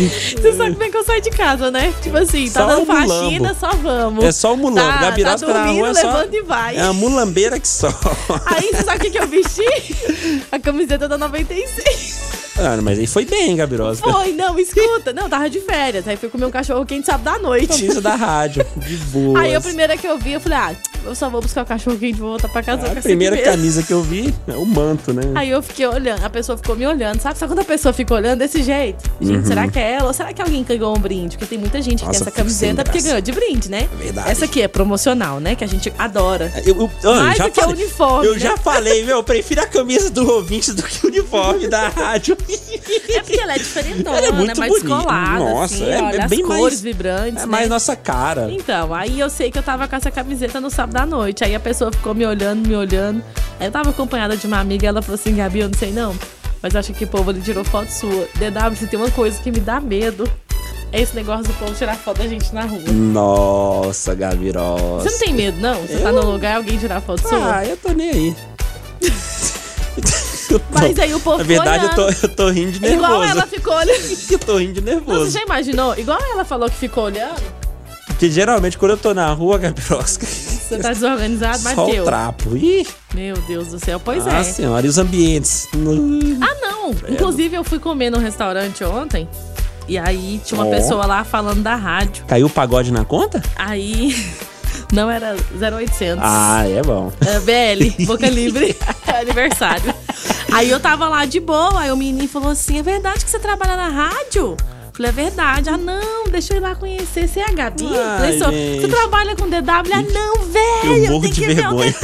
S5: Você sabe como é que eu saio de casa, né? Tipo assim, tá
S4: Só
S5: dando
S4: um mulambo.
S5: faxina, só vamos.
S4: É só o mulambo.
S5: Tá,
S4: Gabirosca
S5: tá
S4: na
S5: dormindo,
S4: rua é só-
S5: levanta e vai.
S4: É a mulambeira que só.
S5: Aí você sabe o que, que eu vesti? A camiseta da 96.
S4: Ah, mas aí foi bem, Gabirosca.
S5: Foi, não, escuta. Não, tava de férias. Aí fui comer um cachorro quente sábado à noite.
S4: Camisa da rádio. De boa.
S5: Aí a primeira que eu vi, eu falei, ah, eu só vou buscar o cachorro quente, vou voltar pra casa. com
S4: A
S5: esse
S4: Ah, primeira
S5: mesmo.
S4: camisa que tá eu vi é o manto, né?
S5: Aí eu fiquei olhando, a pessoa ficou me olhando, sabe? Só quando a pessoa fica olhando desse jeito. Gente,
S4: Uhum.
S5: será que é ela? Ou será que alguém ganhou um brinde? Porque tem muita gente que
S4: Nossa,
S5: tem essa
S4: eu fico sem
S5: camiseta porque
S4: graça.
S5: ganhou de brinde, né?
S4: verdade.
S5: Essa aqui é promocional, né? Que a gente adora.
S4: Eu, eu- ah,
S5: Mais
S4: já
S5: do que o
S4: falei.
S5: uniforme.
S4: Eu
S5: né?
S4: já falei, meu, eu prefiro a camisa do ouvinte do que o uniforme da rádio.
S5: É porque ela é diferentona,
S4: Ela é muito
S5: mais
S4: bonita.
S5: descolada.
S4: Nossa,
S5: assim,
S4: é-
S5: olha,
S4: é bem
S5: as
S4: mais-
S5: cores vibrantes.
S4: É
S5: né?
S4: mais nossa cara.
S5: Então, aí eu sei que eu tava com essa camiseta no sábado à noite. Aí a pessoa ficou me olhando, me olhando. Aí eu tava acompanhada de uma amiga, ela falou assim, Gabi, eu não sei não, mas acho que o povo ele tirou foto sua. DW, se tem uma coisa que me dá medo, é esse negócio do povo tirar foto da gente na rua.
S4: Nossa, Gabirosa.
S5: Você não tem medo, não? Você tá num lugar e alguém tirar foto sua?
S4: Ah, eu tô nem aí.
S5: Mas aí o povo
S4: Na verdade, eu
S5: ficou
S4: tô,
S5: olhando.
S4: eu tô rindo de nervoso.
S5: Igual ela ficou olhando.
S4: Eu tô rindo de nervoso.
S5: Você já imaginou? Igual ela falou que ficou olhando,
S4: Porque geralmente quando eu tô na rua, Gabriosca,
S5: você tá desorganizado, mas
S4: só o
S5: deu.
S4: trapo. Ih,
S5: Meu Deus do céu, pois
S4: ah,
S5: é.
S4: senhora, e os ambientes?
S5: Ah, não! Inclusive, eu fui comer num restaurante ontem. E aí tinha uma
S4: Ó.
S5: pessoa lá falando da rádio.
S4: Caiu o pagode na conta?
S5: Aí. Não era 0800.
S4: Ah, é bom.
S5: É, BL, Boca Livre, é aniversário. Aí eu tava lá de boa, aí o menino falou assim: é verdade que você trabalha na rádio? Falei, é verdade. Ah, não, deixa eu ir lá conhecer. Você é a Gabi?
S4: Ai,
S5: Falei, "Sou."
S4: gente.
S5: você trabalha com DW? Ah, não,
S4: Eu
S5: velho, eu,
S4: morro
S5: tenho
S4: de
S5: que
S4: vergonha.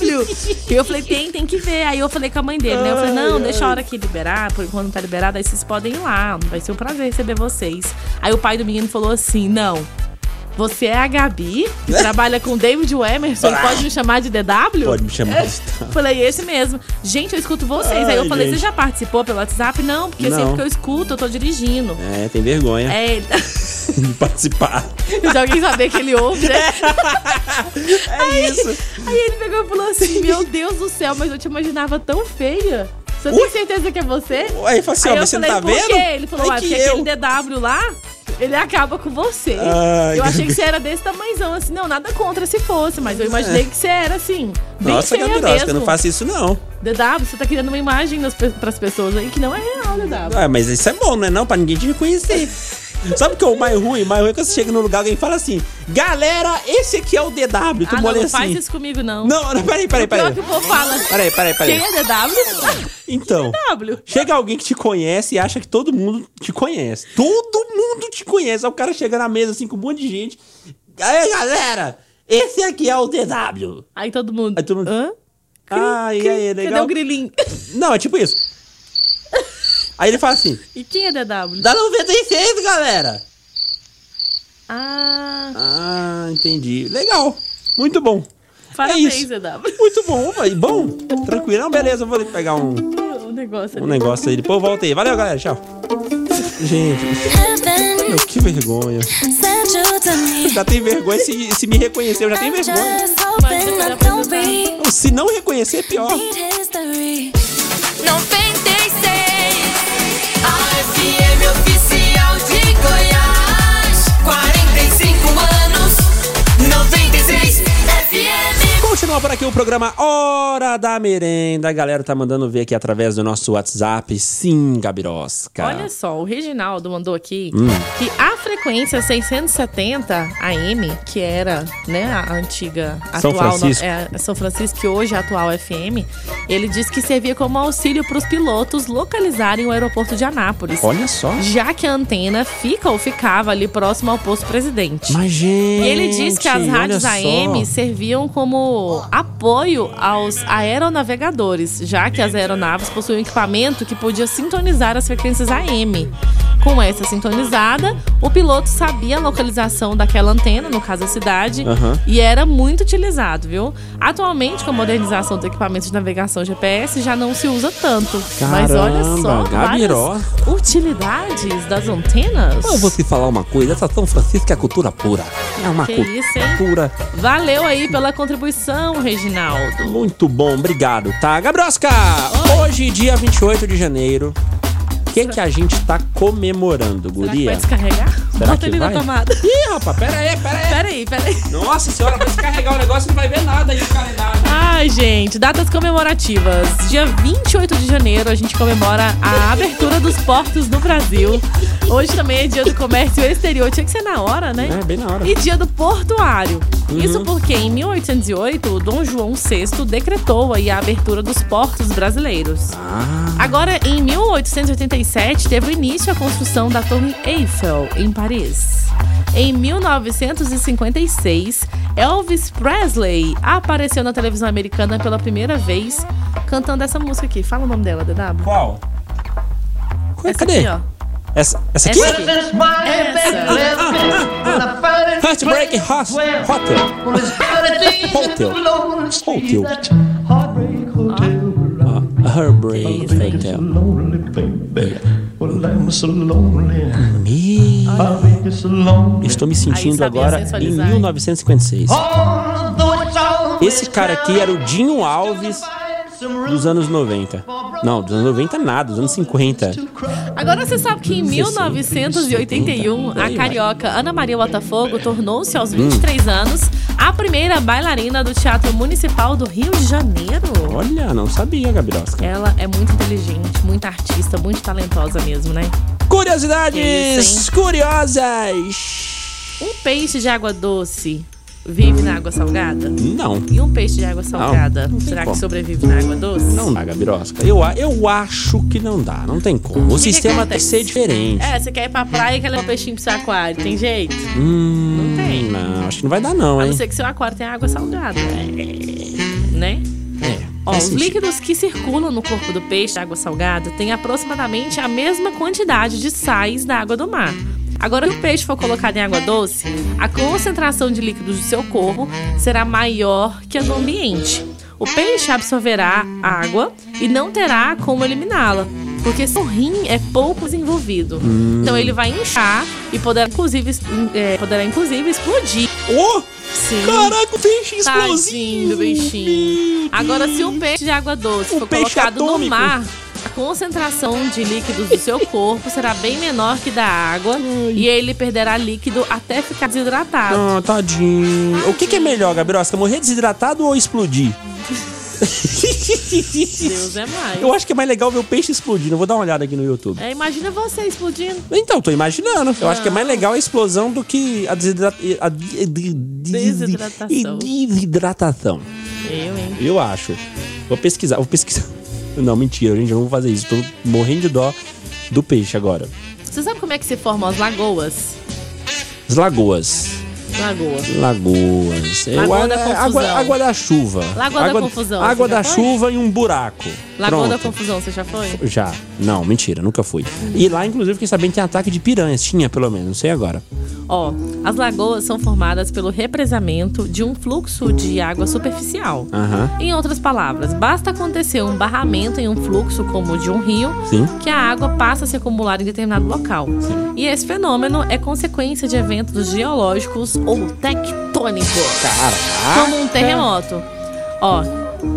S5: ver o DW. e eu falei, tem, tem que ver. Aí eu falei com a mãe dele, né? Eu falei, não,
S1: Ai,
S5: deixa a
S1: ai.
S5: hora que liberar, por enquanto não tá liberado, aí vocês podem ir lá. Vai ser um prazer receber vocês. Aí o pai do menino falou assim: não. Você é a Gabi, que trabalha com o David Emerson, e pode me chamar de DW?
S4: Ah. Pode me chamar de
S5: É. Falei, esse mesmo. Gente, eu escuto vocês. Aí eu
S4: Ai,
S5: falei,
S4: gente.
S5: você já participou pelo WhatsApp? Não, porque
S4: Não.
S5: sempre que eu escuto, eu tô dirigindo.
S4: É, tem vergonha
S5: É, ele-
S4: de participar.
S5: de alguém saber que ele ouve, né? É aí, isso. Aí ele pegou e falou assim: Meu Deus do céu, mas eu te imaginava tão feia. Você tem certeza que é você?
S4: Ué, ele falou assim, ó,
S5: eu
S4: você não tá
S5: falei, por quê?
S4: vendo?
S5: Ele falou,
S4: É
S5: ah,
S4: que
S5: porque
S4: eu."
S5: aquele DW lá, ele acaba com você.
S4: Ai,
S5: eu achei que
S4: Gabi.
S5: você era desse tamanhozão, assim, não, nada contra se fosse, mas eu imaginei que você era, assim, bem
S4: É. Nossa,
S5: feia
S4: Gabriosca, eu
S5: mesmo.
S4: não faço isso não.
S5: DW, você tá criando uma imagem nas pe- pras pessoas aí que não é real, DW.
S4: Ah, mas isso é bom, né? Não, pra ninguém te reconhecer. Sabe o que é o mais ruim? O mais ruim é quando você chega num lugar alguém fala assim: Galera, esse aqui é o DW. Tu
S5: ah, não,
S4: molha
S5: não
S4: assim.
S5: faz isso comigo, não.
S4: Não, não, peraí, peraí,
S5: O pior
S4: peraí.
S5: que o povo fala.
S4: Peraí, peraí, peraí.
S5: Quem é DW?
S4: Então,
S5: DW.
S4: chega alguém que te conhece e acha que todo mundo te conhece. Todo mundo te conhece. Aí o cara chega na mesa assim com um monte de gente. Aí, galera, esse aqui é o DW.
S5: Aí todo mundo.
S4: Aí todo mundo.
S5: Hã?
S4: Ai,
S5: Cri,
S4: aí,
S5: cadê
S4: legal.
S5: o grilinho?
S4: Não, é tipo isso. Aí ele fala assim:
S5: E quem é DW?
S4: Dá 96, galera!
S5: Ah,
S4: Ah, entendi. Legal. Muito bom.
S5: parabéns,
S4: é isso.
S5: DW.
S4: Muito bom, vai. Bom, tranquilão, beleza. Eu vou ali pegar um,
S5: O negócio
S4: um
S5: ali.
S4: negócio aí. Depois eu volto aí. Valeu, galera. Tchau. Gente, meu, que vergonha. Já tem vergonha se, se me reconhecer, eu já tenho vergonha. Não, Se não reconhecer, é pior.
S1: 96 AFM Oficial é de Goiás 45 anos 96 FM
S4: Continua por aqui o programa Hora da Merenda. A galera tá mandando ver aqui através do nosso WhatsApp. Sim, Gabirosca.
S5: Olha só, o Reginaldo mandou aqui
S4: Hum.
S5: que a frequência 670 AM, que era né, a antiga
S4: São
S5: atual no-
S4: Francisco.
S5: é, a São Francisco, que hoje é a atual FM, ele disse que servia como auxílio para os pilotos localizarem o aeroporto de Anápolis.
S4: Olha só.
S5: Já que a antena fica ou ficava ali próximo ao posto presidente.
S4: Mas, gente,
S5: E ele diz que as
S4: olha
S5: rádios
S4: só.
S5: AM serviam como apoio aos aeronavegadores, já que as aeronaves possuíam equipamento que podia sintonizar as frequências AM. Com essa sintonizada, o piloto sabia a localização daquela antena, no caso a cidade,
S1: Aham.
S5: e era muito utilizado, viu? Atualmente, com a modernização dos equipamentos de navegação GPS, já não se usa tanto. Mas olha só,
S4: Caramba, Gabiró.
S5: várias utilidades das antenas.
S4: Eu vou te falar uma coisa, essa São Francisco é cultura pura. É uma
S5: Que
S4: cultura
S5: isso, hein?
S4: pura.
S5: Valeu aí pela contribuição, Reginaldo.
S4: Muito bom, obrigado, tá? Gabrosca! Hoje, dia 28 de janeiro, o que, que a gente tá comemorando,
S5: Será que vai
S4: guria?
S5: descarregar?
S4: Será
S5: Bota
S4: que
S5: ele
S4: vai?
S5: na tomada.
S4: Ih, rapaz, pera aí, pera aí.
S5: Pera aí, pera aí.
S4: Nossa senhora, vai descarregar o negócio e não vai ver nada aí no calendário.
S5: Ai, gente, datas comemorativas. Dia 28 de janeiro a gente comemora a abertura dos portos no Brasil. Hoje também é dia do comércio exterior. Tinha que ser na hora, né?
S4: É, bem na hora.
S5: E dia do portuário.
S4: Uhum.
S5: Isso porque em 1808, o Dom João VI decretou aí a abertura dos portos brasileiros.
S4: Ah.
S5: Agora, em 1887, teve início a construção da Torre Eiffel, em Paris. Em 1956, Elvis Presley apareceu na televisão americana pela primeira vez cantando essa música aqui. Fala o nome dela, DW.
S4: Qual?
S5: Essa
S4: Cadê?
S5: aqui, ó. é
S4: Essa, essa aqui?
S1: Heartbreak
S4: Hot Hotel. Hotel. Hotel. Ah, Heartbreak Hotel. Me... Estou me sentindo
S1: sabia
S4: agora em
S1: sensualizar, hein?
S4: 1956. Esse cara aqui era o Dinho Alves é dos anos 90. Não, dos anos 90 nada, dos anos 50.
S5: Agora você sabe que em 1981, a carioca Ana Maria Botafogo tornou-se aos
S4: Hum.
S5: 23 anos a primeira bailarina do Teatro Municipal do Rio de Janeiro.
S4: Olha, não sabia, Gabirosca.
S5: Ela é muito inteligente, muito artista, muito talentosa mesmo, né?
S4: Curiosidades
S5: Isso,
S4: curiosas!
S5: Um peixe de água doce vive na água salgada?
S4: Não.
S5: E um peixe de água salgada,
S4: não tem
S5: será
S4: como.
S5: que sobrevive na água doce?
S4: Não dá, Gabirosca. Eu, a- eu acho que não dá, não tem como. O
S5: que
S4: sistema tem que
S5: acontece?
S4: ser diferente.
S5: É, você quer ir pra praia e quer levar um peixinho pro seu aquário, tem jeito?
S4: Hum, não tem. Não, acho que não vai dar não,
S5: A
S4: hein?
S5: não ser que seu aquário tenha água salgada. Né?
S4: É.
S5: Ó,
S4: faz
S5: os
S4: sentido.
S5: líquidos que circulam no corpo do peixe, da água salgada, têm aproximadamente a mesma quantidade de sais da água do mar. Agora, se o peixe for colocado em água doce, a concentração de líquidos do seu corpo será maior que a do ambiente. O peixe absorverá a água e não terá como eliminá-la, porque seu rim é pouco desenvolvido.
S1: Hum.
S5: Então ele vai inchar e poderá inclusive, es- é, poderá, inclusive explodir.
S4: Oh!
S5: Sim.
S1: Caraca, o peixe
S5: Tadinho do bichinho. Agora, se um peixe de água doce for
S1: peixe
S5: colocado no
S1: atômico.
S5: mar, a concentração de líquidos do seu corpo será bem menor que da água e ele perderá líquido até ficar desidratado.
S4: Ah, tadinho. O que, que é melhor, Gabirosca? Morrer desidratado ou explodir?
S5: Deus é mais.
S4: Eu acho que é mais legal ver o peixe explodindo. Eu vou dar uma olhada aqui no YouTube.
S5: É, imagina você explodindo.
S4: Então, tô imaginando. Eu acho
S5: Ah.
S4: que é mais legal a explosão do que a, desidra- a de- de-
S5: Desidratação.
S4: de- desidratação.
S5: Eu, hein?
S4: Eu acho. Vou pesquisar, vou pesquisar. Não, mentira, gente, eu não vou fazer isso. Tô morrendo de dó do peixe agora.
S5: Você sabe como é que se formam as lagoas?
S4: As lagoas.
S5: Lagoa.
S4: Lagoas. Eu-
S5: Lagoa da
S4: é,
S5: confusão.
S4: água, água da chuva.
S5: Lagoa da
S4: água,
S5: confusão,
S4: Água
S5: você já
S4: da
S5: foi?
S4: chuva e um buraco.
S5: Lagoa da
S4: Pronto.
S5: Confusão, você já foi?
S4: Já. Não, mentira, nunca fui. E lá, inclusive, eu fiquei sabendo que tem ataque de piranhas. Tinha, pelo menos, não sei agora.
S5: Ó, as lagoas são formadas pelo represamento de um fluxo de água superficial.
S4: Aham.
S5: Em outras palavras, basta acontecer um barramento em um fluxo como o de um rio
S4: Sim.
S5: que a água passa a se acumular em determinado local. E esse fenômeno é consequência de eventos geológicos ou tectônicos. Como um terremoto. Ó,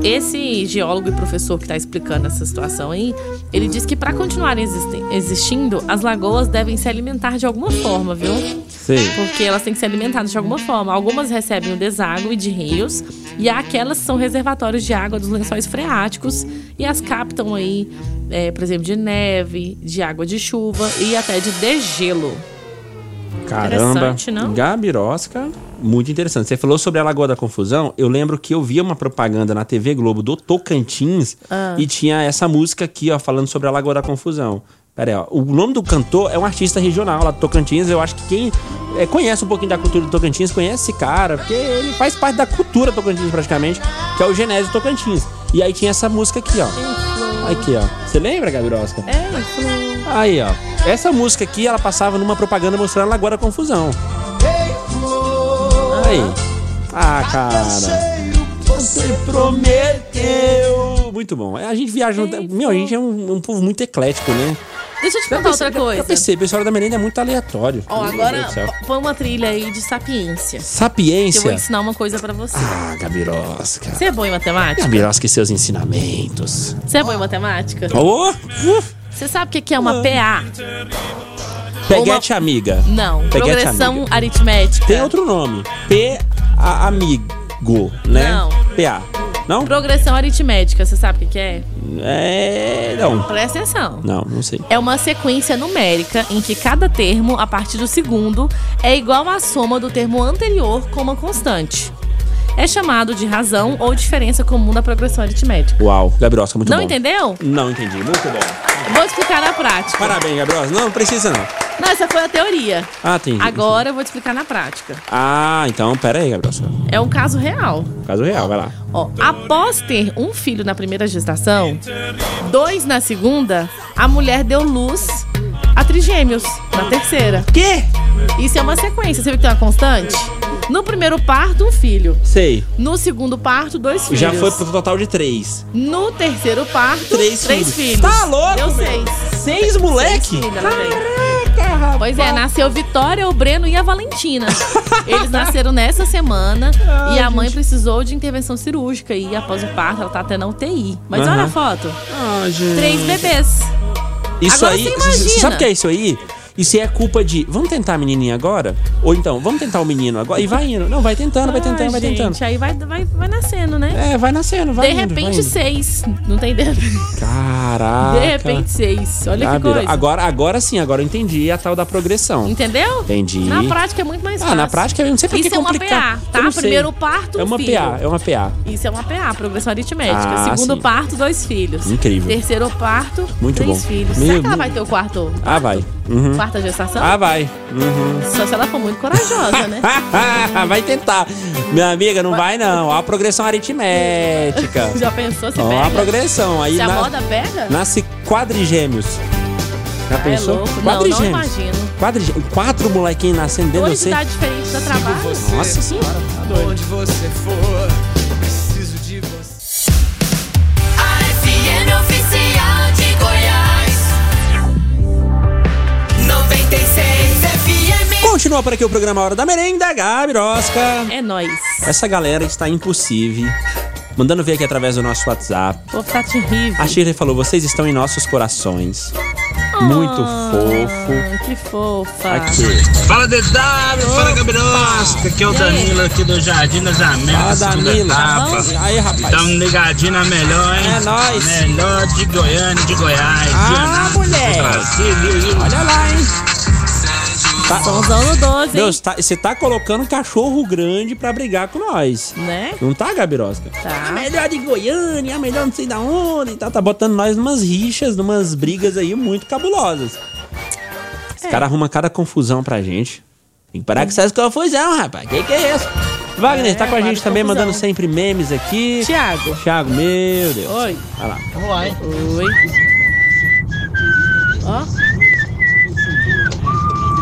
S5: esse geólogo e professor que está explicando essa situação aí, ele diz que para continuarem existen- existindo, as lagoas devem se alimentar de alguma forma, viu?
S4: Sim.
S5: Porque elas têm que ser alimentadas de alguma forma. Algumas recebem o deságue de rios e há aquelas que são reservatórios de água dos lençóis freáticos e as captam aí, é, por exemplo, de neve, de água de chuva e até de degelo.
S4: Caramba.
S5: Interessante, não?
S4: Gabirosca, muito interessante. Você falou sobre a Lagoa da Confusão. Eu lembro que eu via uma propaganda na TV Globo do Tocantins
S5: Ah.
S4: e tinha essa música aqui, ó, falando sobre a Lagoa da Confusão. Pera aí, ó. O nome do cantor é um artista regional lá do Tocantins. Eu acho que quem é, conhece um pouquinho da cultura do Tocantins conhece esse cara, porque ele faz parte da cultura Tocantins praticamente, que é o Genésio Tocantins. E aí tinha essa música aqui, ó. Aqui, ó. Você lembra, Gabirosca?
S5: É, flor.
S4: Aí, ó. Essa música aqui, ela passava numa propaganda mostrando a Lagoa da Confusão. Aí. Ah, cara. Você prometeu. Muito bom. É, A gente viaja no tempo. Meu, a gente é um, um povo muito eclético, né?
S5: Deixa eu te contar outra
S4: Eu
S5: coisa.
S4: percebi, o Hora da Merenda é muito aleatório.
S5: Ó,
S4: Meu
S5: agora
S4: Deus do céu.
S5: p- põe uma trilha aí de sapiência. Que eu vou
S4: Sapiência.
S5: ensinar uma coisa pra você.
S4: Ah, Gabirosca.
S5: Você é bom em matemática?
S4: Gabirosca e seus ensinamentos.
S5: Você é bom em matemática?
S4: Ô!
S5: Você sabe o que que é uma PA?
S4: Peguete amiga.
S5: Não.
S4: Peguete
S5: Progressão aritmética.
S4: Tem outro nome. P a amigo, né?
S5: Não.
S4: PA. Não?
S5: Progressão aritmética, você sabe o que que é?
S4: É, não.
S5: Presta atenção.
S4: Não, não sei.
S5: É uma sequência numérica em que cada termo, a partir do segundo, é igual à soma do termo anterior com uma constante. É chamado de razão ou diferença comum da progressão aritmética.
S4: Uau, Gabriosca, muito
S5: Não
S4: bom.
S5: entendeu?
S4: Não entendi, muito bom.
S5: Vou explicar na prática.
S4: Parabéns, Gabriosca. Não, não precisa não.
S5: Não, essa foi a teoria.
S4: Ah, entendi.
S5: Agora eu vou te explicar na prática.
S4: Ah, então, pera aí, Gabriosca.
S5: É um caso real.
S4: Caso real, vai lá.
S5: Ó, após ter um filho na primeira gestação, dois na segunda, a mulher deu luz a trigêmeos na terceira.
S4: Quê?
S5: Isso é uma sequência, você viu que tem uma constante? No primeiro parto, um filho.
S4: Sei.
S5: No segundo parto, dois filhos.
S4: Já foi pro total de três.
S5: No terceiro parto, três,
S4: filhos.
S5: Tá louco? Deu seis.
S4: Seis, moleque?
S5: Seis filhos, ela tem. Pois é, nasceu Vitória, o Breno e a Valentina. Eles nasceram nessa semana e a mãe precisou de intervenção cirúrgica e após o parto ela tá até na UTI. Mas
S4: Aham.
S5: olha a foto.
S4: Ah, gente.
S5: Três bebês.
S4: Isso
S5: Agora
S4: aí,
S5: você
S4: você
S5: imagina.
S4: sabe o que é isso aí? Isso é culpa de. Vamos tentar a menininha agora? Ou então, vamos tentar o menino agora? E vai indo. Não, vai tentando, vai tentando,
S5: Ai,
S4: vai
S5: gente,
S4: tentando.
S5: Aí vai, vai, vai nascendo, né?
S4: É, vai nascendo, vai
S5: De
S4: indo, vai
S5: repente,
S4: indo.
S5: seis. Não tem de repente.
S4: Caraca.
S5: de repente, seis. Olha
S4: tá. Ah,
S5: que
S4: Bira,
S5: coisa.
S4: Agora, agora sim, agora eu entendi a tal da progressão.
S5: Entendeu?
S4: Entendi.
S5: Na prática é muito mais
S4: Ah,
S5: fácil.
S4: na prática eu não sei por
S5: Isso
S4: que
S5: é uma
S4: complicar.
S5: PA,
S4: Eu
S5: tá?
S4: não sei.
S5: Primeiro o parto,
S4: É
S5: um
S4: uma
S5: filho.
S4: PA, é uma PA.
S5: Isso é uma PA, progressão aritmética.
S4: Ah,
S5: Segundo
S4: sim.
S5: parto, dois filhos.
S4: Incrível.
S5: Terceiro parto,
S4: Muito
S5: três
S4: bom.
S5: filhos.
S4: Meu
S5: Será que ela
S4: Deus.
S5: vai ter o quarto?
S4: Ah, vai. Uhum.
S5: Quarta gestação?
S4: Ah, vai. Uhum.
S5: Só se ela for muito corajosa, né?
S4: vai tentar. Minha amiga, não vai não. Há progressão aritmética.
S5: Já pensou se
S4: Ó,
S5: pega?
S4: a progressão. Aí
S5: se a
S4: na-
S5: moda pega?
S4: Nasce quadrigêmeos. Já
S5: Ah,
S4: pensou?
S5: É louco. Não, não
S4: quadrigêmeos.
S5: imagino.
S4: Quadrigê- Quatro molequinhos nascendo dentro de
S5: Dois
S4: você.
S5: idades diferentes da trabalho.
S4: Nossa
S5: senhora.
S11: Onde você for, preciso de você.
S1: A FM oficial de Goiás. 96 FM.
S4: Continua por aqui o programa Hora da Merenda, Gabi Rosca.
S5: É nóis.
S4: Essa galera está impossível. Mandando ver aqui através do nosso WhatsApp.
S5: O povo tá terrível.
S4: A Shirley falou: vocês estão em nossos corações. Muito fofo.
S5: Ah, Que
S9: Ah.
S5: fofa.
S4: Aqui.
S9: Fala DW, fala Gabirosca, que é o
S5: E aí?
S9: Danilo aqui do Jardim das Américas,
S4: Fala,
S9: segunda
S4: Danilo.
S9: etapa.
S4: Tá bom? Aí, rapaz.
S9: Tamo ligadinho na melhor, hein?
S4: É nóis.
S9: Melhor de Goiânia, de Goiás.
S4: Ah, mulher. Olha lá, hein? Tá...
S5: Somzão no 12, hein?
S4: Deus, tá- você tá colocando um cachorro grande pra brigar com nós.
S5: Né?
S4: Não tá, Gabirosca?
S5: Tá.
S4: A melhor de Goiânia, a melhor não sei da onde e tal. Tá botando nós numas rixas, numas brigas aí muito cabulosas. Os
S5: É.
S4: caras arrumam cada confusão pra gente. Tem que parar com essas confusão, rapaz. Que que é isso? Wagner,
S5: É,
S4: tá com a
S5: para
S4: gente
S5: de
S4: também,
S5: confusão.
S4: mandando sempre memes aqui.
S5: Thiago.
S4: Thiago, meu Deus.
S5: Oi.
S4: Olha lá.
S5: Vamos lá, hein? Oi. Ó.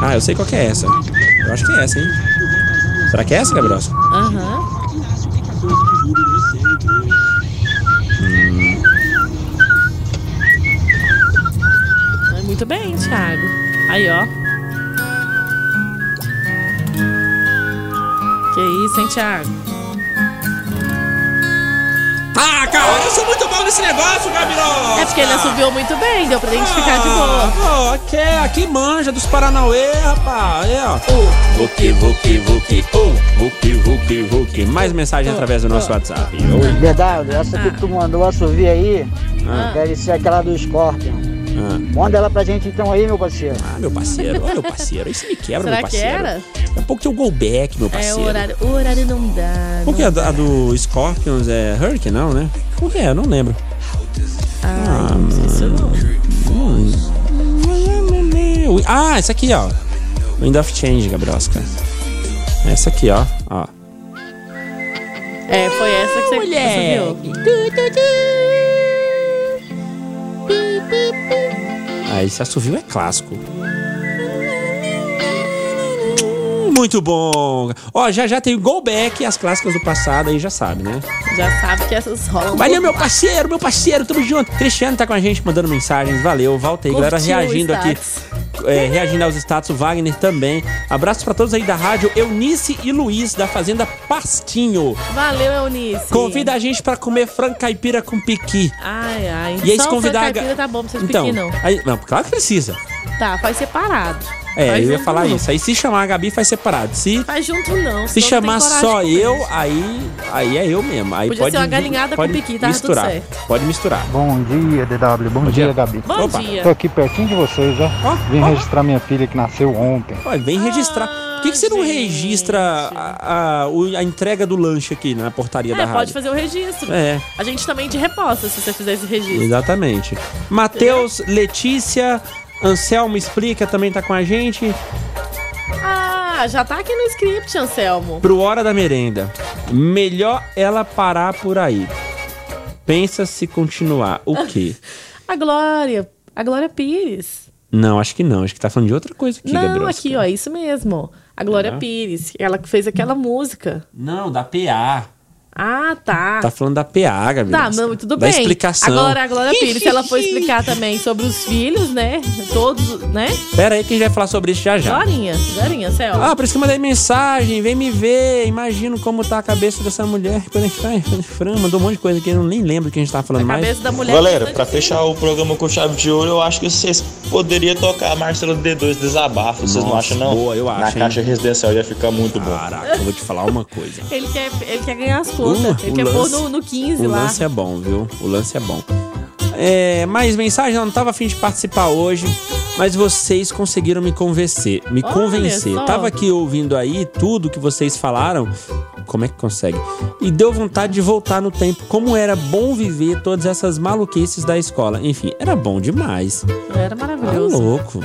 S4: Ah, eu sei qual que é essa. Eu acho que é essa, hein? Será que é essa, Gabirosca?
S5: Aham. É Muito bem, Thiago. Aí, ó. Que isso, hein, Thiago?
S4: Ah, cara, eu sou muito bom nesse negócio, Gabirosca!
S5: É porque ele assobiou muito bem, deu pra identificar de boa.
S4: Ah, pô, que, aqui manja dos Paranauê, rapaz. Aí, ó. Vuki, vuki, vuki. Oh, vuki, vuki, vuki. Mais mensagem através do nosso WhatsApp. Oi.
S22: Verdade, essa que tu mandou assovir aí
S4: Ah.
S22: deve ser aquela do Scorpion.
S2: Ah.
S22: Manda ela pra gente então aí, meu parceiro.
S4: Ah, meu parceiro, ô meu parceiro, isso me quebra,
S5: Será
S4: meu
S5: que
S4: parceiro.
S5: era?
S4: Daqui a pouco tem o Golback, meu
S5: É,
S4: parceiro.
S5: o horário, o horário não dá.
S4: Por que é a, da- a do Scorpions é Hurricane, não, né? Por que é? Eu não lembro.
S5: Ah,
S4: não sei se não. Ah, essa aqui, ó. Wind of Change, Gabriosca. Essa aqui, ó. ó.
S5: É, foi essa que você
S1: Mulher.
S4: Ah, esse assovio é clássico. Muito bom. Ó, já já tem o Go Back e as clássicas do passado aí, já sabe, né?
S5: Já sabe que essas rolam.
S4: Valeu, meu parceiro, meu parceiro, tamo junto. Cristiano tá com a gente mandando mensagens, valeu. Volta aí,
S5: Curtiu
S4: galera, reagindo
S5: o
S4: aqui.
S5: status.
S4: É, reagindo aos status, o Wagner também. Abraço pra todos aí da rádio Eunice e Luiz, da Fazenda Pastinho.
S5: Valeu, Eunice.
S4: Convida a gente pra comer frango caipira com piqui.
S5: Ai, ai.
S4: E aí, se
S5: Só o
S4: convidar a
S5: frango
S4: ga-
S5: caipira tá bom pra vocês
S4: Então,
S5: pedir, não.
S4: aí- não, claro que precisa.
S5: Tá, faz separado.
S4: É,
S5: faz
S4: eu ia
S5: junto
S4: falar
S5: não.
S4: isso. Aí se chamar a Gabi faz separado. Se,
S5: Faz junto não. senão não
S4: se
S5: tem
S4: chamar
S5: coragem
S4: só
S5: pra
S4: eu,
S5: isso.
S4: aí aí é eu mesmo. Aí
S5: Podia
S4: pode
S5: ser uma
S4: ju-
S5: galinhada com
S4: pode
S5: piqui, tá? Tudo
S4: misturar.
S5: certo.
S4: Pode misturar.
S13: Bom dia, DW. Bom, dia,
S4: ah,
S13: Gabi.
S5: Bom Opa. dia.
S13: Tô aqui pertinho de vocês, ó. Vim registrar minha filha que nasceu ontem.
S4: Ué,
S5: Ah,
S4: vem registrar. Por que, que você não registra a, a- o- a entrega do lanche aqui na portaria da
S5: É,
S4: rádio?
S5: pode fazer o registro.
S4: É.
S5: A gente também te reposta se você fizer esse registro.
S4: Exatamente. Matheus, Letícia, Anselmo Explica também tá com a gente.
S5: Ah, já tá aqui no script, Anselmo.
S4: Pro Hora da Merenda. Melhor ela parar por aí. Pensa se continuar. O quê?
S5: A Glória. A Glória Pires.
S4: não, acho que não. Acho que tá falando de outra coisa aqui,
S5: não,
S4: Gabriel.
S5: aqui, ó, é isso mesmo. A Glória
S4: Será?
S5: Pires. Ela que fez aquela música.
S4: Não, da PA.
S5: Ah, tá.
S4: Tá falando da PA, Gabi.
S5: Tá, não, tudo
S4: da
S5: bem.
S4: explicação.
S5: Agora a Glória Pires, se ela for explicar também sobre os filhos, né? Todos, né?
S4: Pera aí que a gente vai falar sobre isso já já.
S5: Glorinha, Glorinha, céu.
S4: Tá. Ah, por isso que eu mandei mensagem, vem me ver, imagino como tá a cabeça dessa mulher. Quando a gente vai, Fran, mandou um monte de coisa que eu nem lembro o que a gente tava falando mais.
S5: cabeça da mulher
S2: Galera, pra fechar o programa com chave de ouro, eu acho que vocês poderiam tocar a Marcelo D2 desabafo. vocês não
S4: Nossa,
S2: acham, não?
S4: boa, eu
S2: Na
S4: acho, hein?
S2: caixa residencial ia ficar muito bom.
S4: Caraca, eu vou te falar uma coisa.
S5: Ele quer, ele quer ganhar as contas.
S4: Uh,
S5: ele
S4: o
S5: quer pôr
S4: lance-
S5: no, no 15
S4: O
S5: lá.
S4: lance é bom, viu? O lance é bom. É, mais mensagem, eu não tava afim de participar hoje, mas vocês conseguiram me convencer. Me
S6: Olha
S4: convencer.
S6: só.
S4: Tava aqui ouvindo aí tudo que vocês falaram. Como é que consegue? E deu vontade de voltar no tempo. Como era bom viver todas essas maluquices da escola. Enfim, era bom demais. Tá
S5: Era maravilhoso.
S4: louco.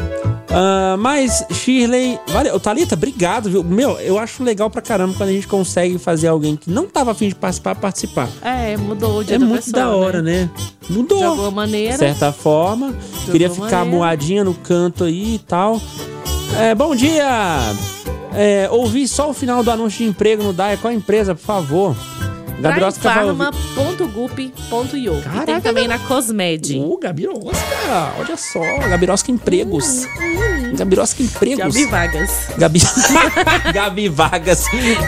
S4: Ah, mas, Shirley, valeu. Thalita, obrigado, viu? Meu, eu acho legal pra caramba quando a gente consegue fazer alguém que não tava afim de participar, participar.
S5: É, mudou o dia
S4: É
S5: da
S4: muito
S5: pessoa,
S4: da hora, né? Mudou.
S5: De alguma maneira.
S4: De certa forma.
S5: De
S4: Queria
S5: alguma
S4: ficar
S5: maneira.
S4: moadinha no canto aí e tal. É, bom dia! É, ouvi só o final do anúncio de emprego no DAE. Qual a empresa, por favor? Gabriosca vai ouvir.
S5: Trainfarma.gup.io. E tem também na Cosmed.
S4: Uh, Gabirosca, olha só. Gabirosca Empregos. Gabirosca Empregos.
S5: Gabi Vagas.
S4: Gabi... Gabi Vagas.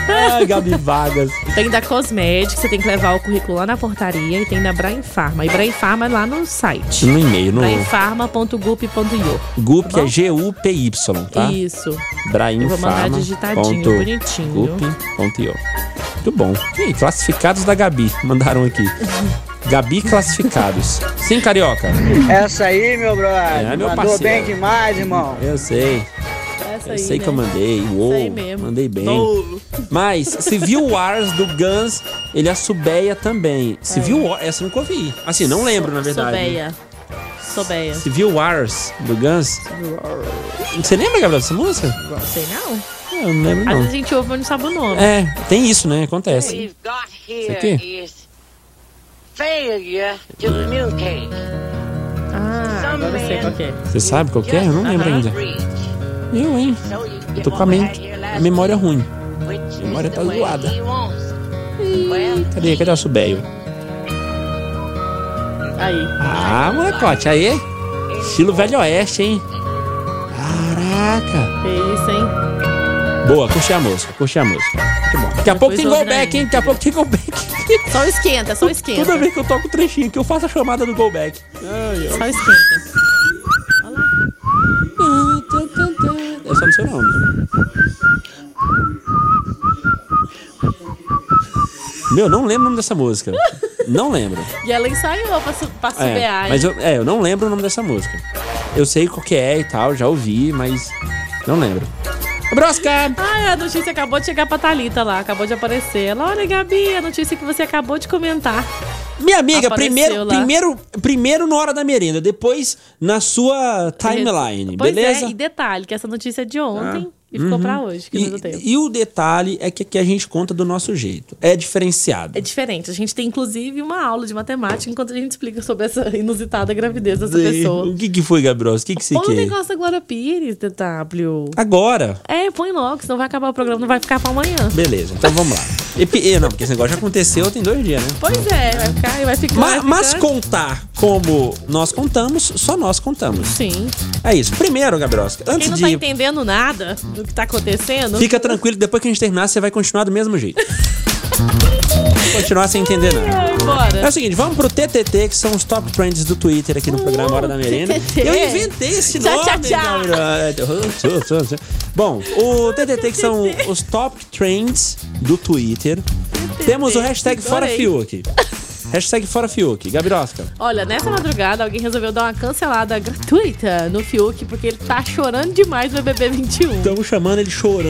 S4: Ai, Gabi Vagas.
S5: Tem da Cosmed, que você tem que levar o currículo lá na portaria. E tem da Brain Farma. E Brain Farma é lá no site.
S4: No e-mail, no
S5: Brainfarma.gup.io.
S4: GUP, é G-U-P-Y, tá?
S5: Tá Isso.
S4: Brain
S5: Eu vou mandar
S4: Farma
S5: digitadinho,
S4: ponto
S5: bonitinho.
S4: gup.io. Muito bom. E aí, classificados da Gabi, mandaram aqui. Gabi classificados. Sim, carioca.
S22: Essa aí, meu brother.
S4: É, meu
S22: mandou
S4: parceiro.
S22: bem demais, irmão.
S4: Eu sei. eu sei
S5: né?
S4: é. que eu mandei. Uou, mandei bem.
S22: Tolo.
S4: Mas, se viu o Ars do Guns, ele assobeia também.
S5: É.
S4: Se viu o essa eu nunca ouvi. Assim, não lembro, na verdade.
S5: Sobeia. Sobeia.
S4: Se viu o Ars do Guns. Você lembra, Gabriel, dessa música?
S5: Não sei não.
S4: Eu não lembro, não.
S5: Às vezes a gente ouve, mas Ah, não sabe o nome.
S4: É, tem isso, né? Acontece. Isso aqui?
S10: Failure to communicate.
S5: Ah, agora eu sei qual que é.
S4: Você sabe qual que é? Eu não lembro ainda. Eu, hein? Eu tô com a, men- a memória ruim. A memória tá zoada. Ih, Cadê? Cadê o Subeio?
S5: Aí.
S4: Ah, molecote, aí. Estilo Velho Oeste, hein? Caraca.
S5: Que isso, hein?
S4: Boa, curti a música, curti a música. Muito bom. Daqui a pouco tem
S5: ouve
S4: go
S5: na
S4: back, hein? Daqui a pouco tem go back.
S5: Só esquenta, só esquenta.
S4: Toda vez que eu toco o trechinho que eu faço a chamada do go back.
S5: Só esquenta.
S4: Eu É só não sei o nome. Meu, não lembro o nome dessa música. Não lembro.
S5: E ela ensaiou pra, su- pra
S4: É,
S5: subear,
S4: mas
S5: hein?
S4: eu, é, eu não lembro o nome dessa música. Eu sei qual que é e tal, já ouvi, mas não lembro. Brosca!
S5: Ai, Ah, a notícia acabou de chegar pra Thalita lá, acabou de aparecer. Ela, olha, Gabi, a notícia que você acabou de comentar.
S4: Minha amiga,
S5: Apareceu
S4: primeiro,
S5: lá.
S4: primeiro, primeiro na hora da merenda, depois na sua timeline,
S5: Pois
S4: beleza?
S5: é, e detalhe, que essa notícia é de ontem e ficou
S4: Uhum.
S5: pra hoje, que não deu tempo.
S4: E o detalhe é que aqui a gente conta do nosso jeito. É diferenciado.
S5: É diferente. A gente tem, inclusive, uma aula de matemática enquanto a gente explica sobre essa inusitada gravidez dessa pessoa.
S4: O que que foi, Gabriel? O que que você
S5: Põe um
S4: quer?
S5: negócio da Glória Pires, DW.
S4: Agora.
S5: É, põe logo, senão vai acabar o programa, não vai ficar pra amanhã.
S4: Beleza, então vamos lá. Epi- eh, não, porque esse negócio já aconteceu tem dois dias, né?
S5: Pois é, vai ficar e vai ficar.
S4: Ma-
S5: vai
S4: Mas,
S5: ficar.
S4: contar como nós contamos, só nós contamos.
S5: Sim.
S4: É isso. Primeiro, Gabrielski,
S5: assim. Quem
S4: antes
S5: não
S4: de.
S5: tá entendendo nada do que tá acontecendo.
S4: Fica tranquilo, depois que a gente terminar, você vai continuar do mesmo jeito. Vai continuar sem entender nada.
S5: Bora.
S4: É o seguinte, vamos pro TTT, que são os top trends do Twitter aqui no
S5: Hum,
S4: programa Hora da Merenda.
S5: TTT.
S4: Eu inventei esse
S5: Tchau,
S4: nome,
S5: tchau, tchau.
S4: Gabriel. Bom, o TTT, que são os top trends do Twitter. Temos o hashtag Fora
S5: adorei.
S4: Fiuk. Hashtag Fora Fiuk. Gabriosca.
S5: Olha, nessa madrugada alguém resolveu dar uma cancelada gratuita no Fiuk, porque ele tá chorando demais no BBB 21.
S4: Estamos chamando ele chorando.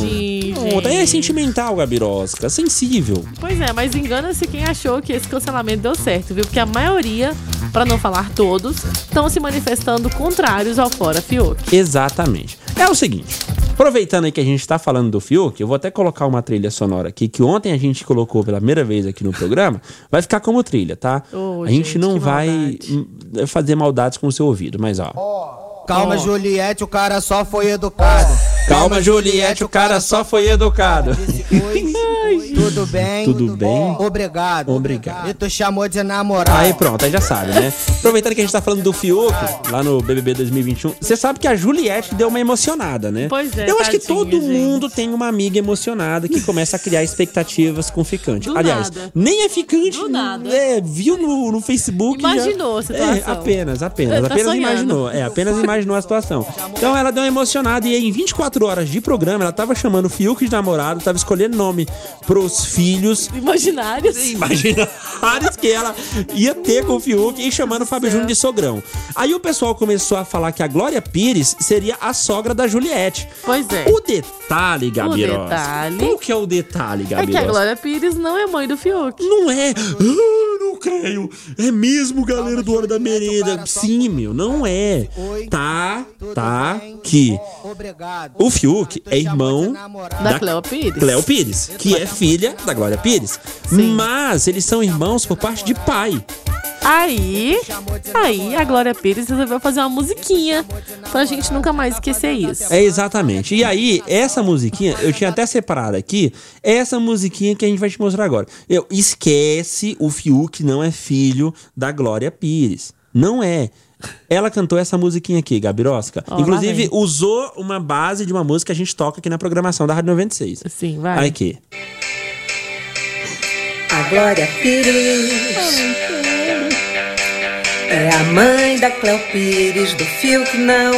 S5: Tadinho,
S4: Então. Não, daí é
S5: gente.
S4: sentimental, Gabirosca. Sensível.
S5: Pois é, mas engana-se quem achou que esse cancelamento deu certo, viu? Porque a maioria, pra não falar todos, estão se manifestando contrários ao Fora Fiuk.
S4: Exatamente. É o seguinte. Aproveitando aí que a gente tá falando do Fiuk, eu vou até colocar uma trilha sonora aqui que ontem a gente colocou pela primeira vez aqui no programa. Vai ficar como trilha, tá?
S23: Ô,
S4: a gente,
S23: gente,
S4: não
S23: que
S4: vai hum, fazer maldades com o seu ouvido, mas ó.
S23: Calma, Juliette, o cara só foi educado.
S4: Calma, Juliette, o cara só foi educado.
S23: Ai, Tudo bem?
S4: Tudo bem?
S23: Obrigado.
S4: Obrigado.
S23: E tu chamou de namorado.
S4: Aí pronto, aí já sabe, né? Aproveitando que a gente tá falando do Fiuk, lá no BBB 2021, você sabe que a Juliette deu uma emocionada, né?
S5: Pois é,
S4: Eu acho que
S5: tadinha,
S4: todo mundo tem uma amiga emocionada que começa a criar expectativas com o ficante.
S5: Do
S4: Aliás,
S5: nada.
S4: nem é ficante,
S5: Do nada.
S4: é, viu no, no Facebook. já-
S5: Imaginou a
S4: É,
S5: situação.
S4: apenas, apenas.
S5: Tá
S4: apenas
S5: sonhando.
S4: imaginou. É, apenas imaginou a situação. Então ela deu uma emocionada e aí, em 24 horas de programa, ela tava chamando o Fiuk de namorado, tava escolhendo nome pros filhos.
S5: Imaginários. É
S4: imaginários que ela ia ter com o Fiuk e chamando o Fábio Júnior de sogrão. Aí o pessoal começou a falar que a Glória Pires seria a sogra da Juliette.
S5: Pois é.
S4: O detalhe, Gabi Ross.
S5: detalhe-
S4: Qual que é o detalhe,
S5: É
S4: Gabi
S5: que a
S4: Ross?
S5: Glória Pires não é mãe do Fiuk.
S4: Não é. Ah, não creio. É mesmo, galera do Hora da Merenda. Sim, meu, não é. Tá, tá que o Fiuk é irmão
S5: Da Cleo Pires.
S4: Cleo Pires, que é filha da Glória Pires. Mas eles são irmãos por parte de pai.
S5: Aí, aí a Glória Pires resolveu fazer uma musiquinha pra gente nunca mais esquecer isso.
S4: É exatamente. E aí, essa musiquinha, eu tinha até separado aqui, é essa musiquinha que a gente vai te mostrar agora. Eu, esquece o Fiuk não é filho da Glória Pires. Não é. Ela cantou essa musiquinha aqui, Gabirosca.
S5: Ó, lá
S4: Inclusive,
S5: vem.
S4: usou uma base de uma música que a gente toca aqui na programação da Rádio 96.
S5: Sim, vai.
S4: Aqui.
S6: A Glória Pires é a mãe da Cleo Pires do Fiuk não.